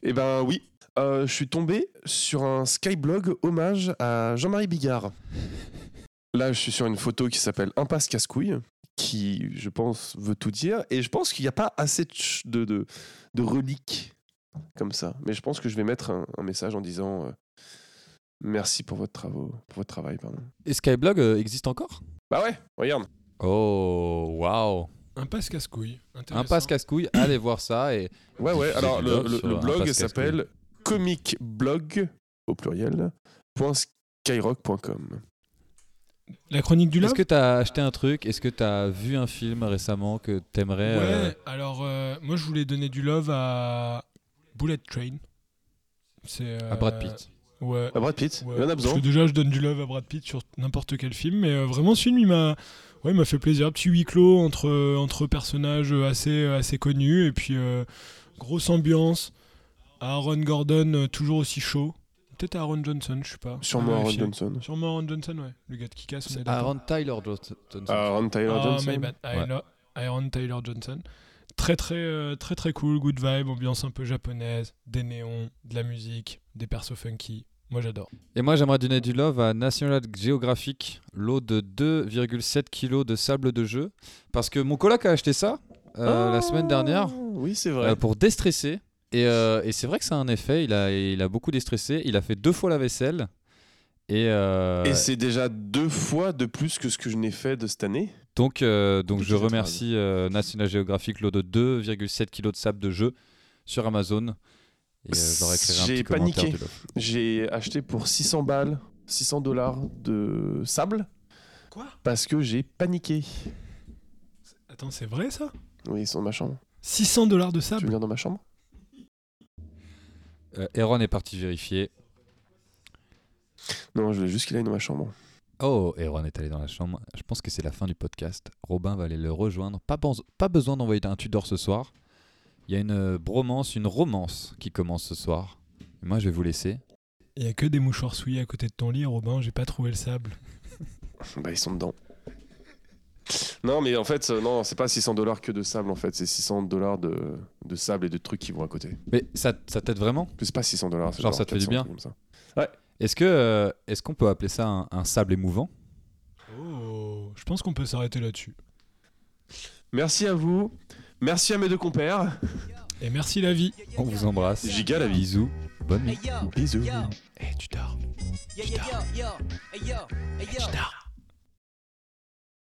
S2: Eh ben oui. Euh, je suis tombé sur un skyblog hommage à Jean-Marie Bigard. Là, je suis sur une photo qui s'appelle Impasse Casse-Couille, qui, je pense, veut tout dire. Et je pense qu'il n'y a pas assez de, ch- de, de- de reliques comme ça. Mais je pense que je vais mettre un, un message en disant euh, merci pour votre, travaux, pour votre travail. Pardon.
S1: Et Skyblog euh, existe encore
S2: Bah ouais, regarde.
S1: Oh, waouh
S3: Un passe casse-couille. Intéressant.
S1: Un passe casse-couille, allez voir ça. Et...
S2: Ouais, ouais.
S1: Diffuser
S2: Alors,
S1: du
S2: le,
S1: love
S2: le-
S1: sur
S2: le
S1: un
S2: blog
S1: Impasse Casse-Couille.
S2: s'appelle comicblog, au pluriel, .skyrock.com.
S3: La chronique du love
S1: Est-ce que t'as acheté un truc Est-ce que t'as vu un film récemment que t'aimerais euh,
S3: Ouais, alors euh, moi je voulais donner du love à Bullet Train. C'est euh,
S1: à Brad Pitt
S3: Ouais.
S2: Ah, Brad Pitt,
S3: ouais.
S2: il en a
S3: Parce
S2: besoin.
S3: que déjà je donne du love à Brad Pitt sur n'importe quel film, mais euh, vraiment ce film il m'a ouais, il m'a fait plaisir, petit huis clos entre euh, entre personnages assez euh, assez connus et puis euh, grosse ambiance. Aaron Gordon euh, toujours aussi chaud. Peut-être Aaron Johnson, je sais pas.
S1: Ah,
S2: Sûrement
S3: À
S2: Aaron
S3: vérifier.
S2: Johnson.
S3: Sûrement Aaron Johnson, ouais. Le gars de qui casse. on est d'accord.
S1: Aaron Tyler Johnson.
S2: Aaron Euh, Tyler
S1: Oh,
S3: Ah,
S2: Johnson.
S3: my bad.
S1: Ouais.
S3: Aaron- Aaron Taylor Johnson. Très très euh, très très cool, good vibe, ambiance un peu japonaise, des néons, de la musique, des persos funky. Moi j'adore.
S1: Et moi, j'aimerais donner du love à National Geographic, l'eau de 2,7 kg de sable de jeu. Parce que mon coloc a acheté ça euh,
S3: Oh.
S1: la semaine dernière.
S2: Ah, Oui, c'est vrai.
S1: Euh, pour déstresser. Et, euh, et c'est vrai que ça a un effet. Il a, il a beaucoup déstressé. Il a fait deux fois la vaisselle. Et, euh,
S2: Et c'est déjà deux fois de plus que ce que je n'ai fait de cette année.
S1: donc, euh, donc
S2: Toutes
S1: je
S2: ces phrases.
S1: remercie euh, National Geographic, l'eau de 2,7 kg de sable de jeu sur Amazon. Et euh, je leur écrirai un
S2: J'ai
S1: petit commentaire
S2: paniqué.
S1: du love.
S2: J'ai acheté pour 600 balles, 600 dollars de sable.
S3: Quoi
S2: Parce que j'ai paniqué.
S3: Attends, c'est vrai ça
S2: Oui, ils sont dans ma chambre.
S3: 600 dollars
S2: Tu
S3: de
S2: veux
S3: sable
S2: venir dans ma chambre
S1: Euh, Aaron est parti vérifier.
S2: Non, je voulais juste qu'il aille dans ma chambre.
S1: Oh, Aaron est allé dans la chambre. Je pense que c'est la fin du podcast. Robin va aller le rejoindre. Pas, bans- pas besoin d'envoyer un Tudor ce soir. Il y a une euh, bromance, une romance qui commence ce soir. Moi, je vais vous laisser.
S3: Il y a que des mouchoirs souillés à côté de ton lit, Robin, j'ai pas trouvé le sable.
S2: Bah, ils sont dedans. Non, mais en fait, euh, non, c'est pas 600 dollars que de sable, en fait. C'est 600 dollars de, de sable et de trucs qui vont à côté.
S1: Mais ça, ça t'aide vraiment
S2: C'est pas 600 dollars.
S1: Genre, ça te fait du bien Est-ce que euh, est-ce qu'on peut appeler ça un, un sable émouvant
S3: Oh, je pense qu'on peut s'arrêter là-dessus.
S2: Merci à vous. Merci à mes deux compères.
S3: Et merci la vie.
S1: On vous embrasse.
S2: Giga la vie.
S1: Bisous. Bonne nuit.
S5: Hey yo,
S2: Bisous.
S5: yo,
S3: Eh, tu dors.
S5: yo, yo, yo, yo, hey yo, hey yo.
S3: dors.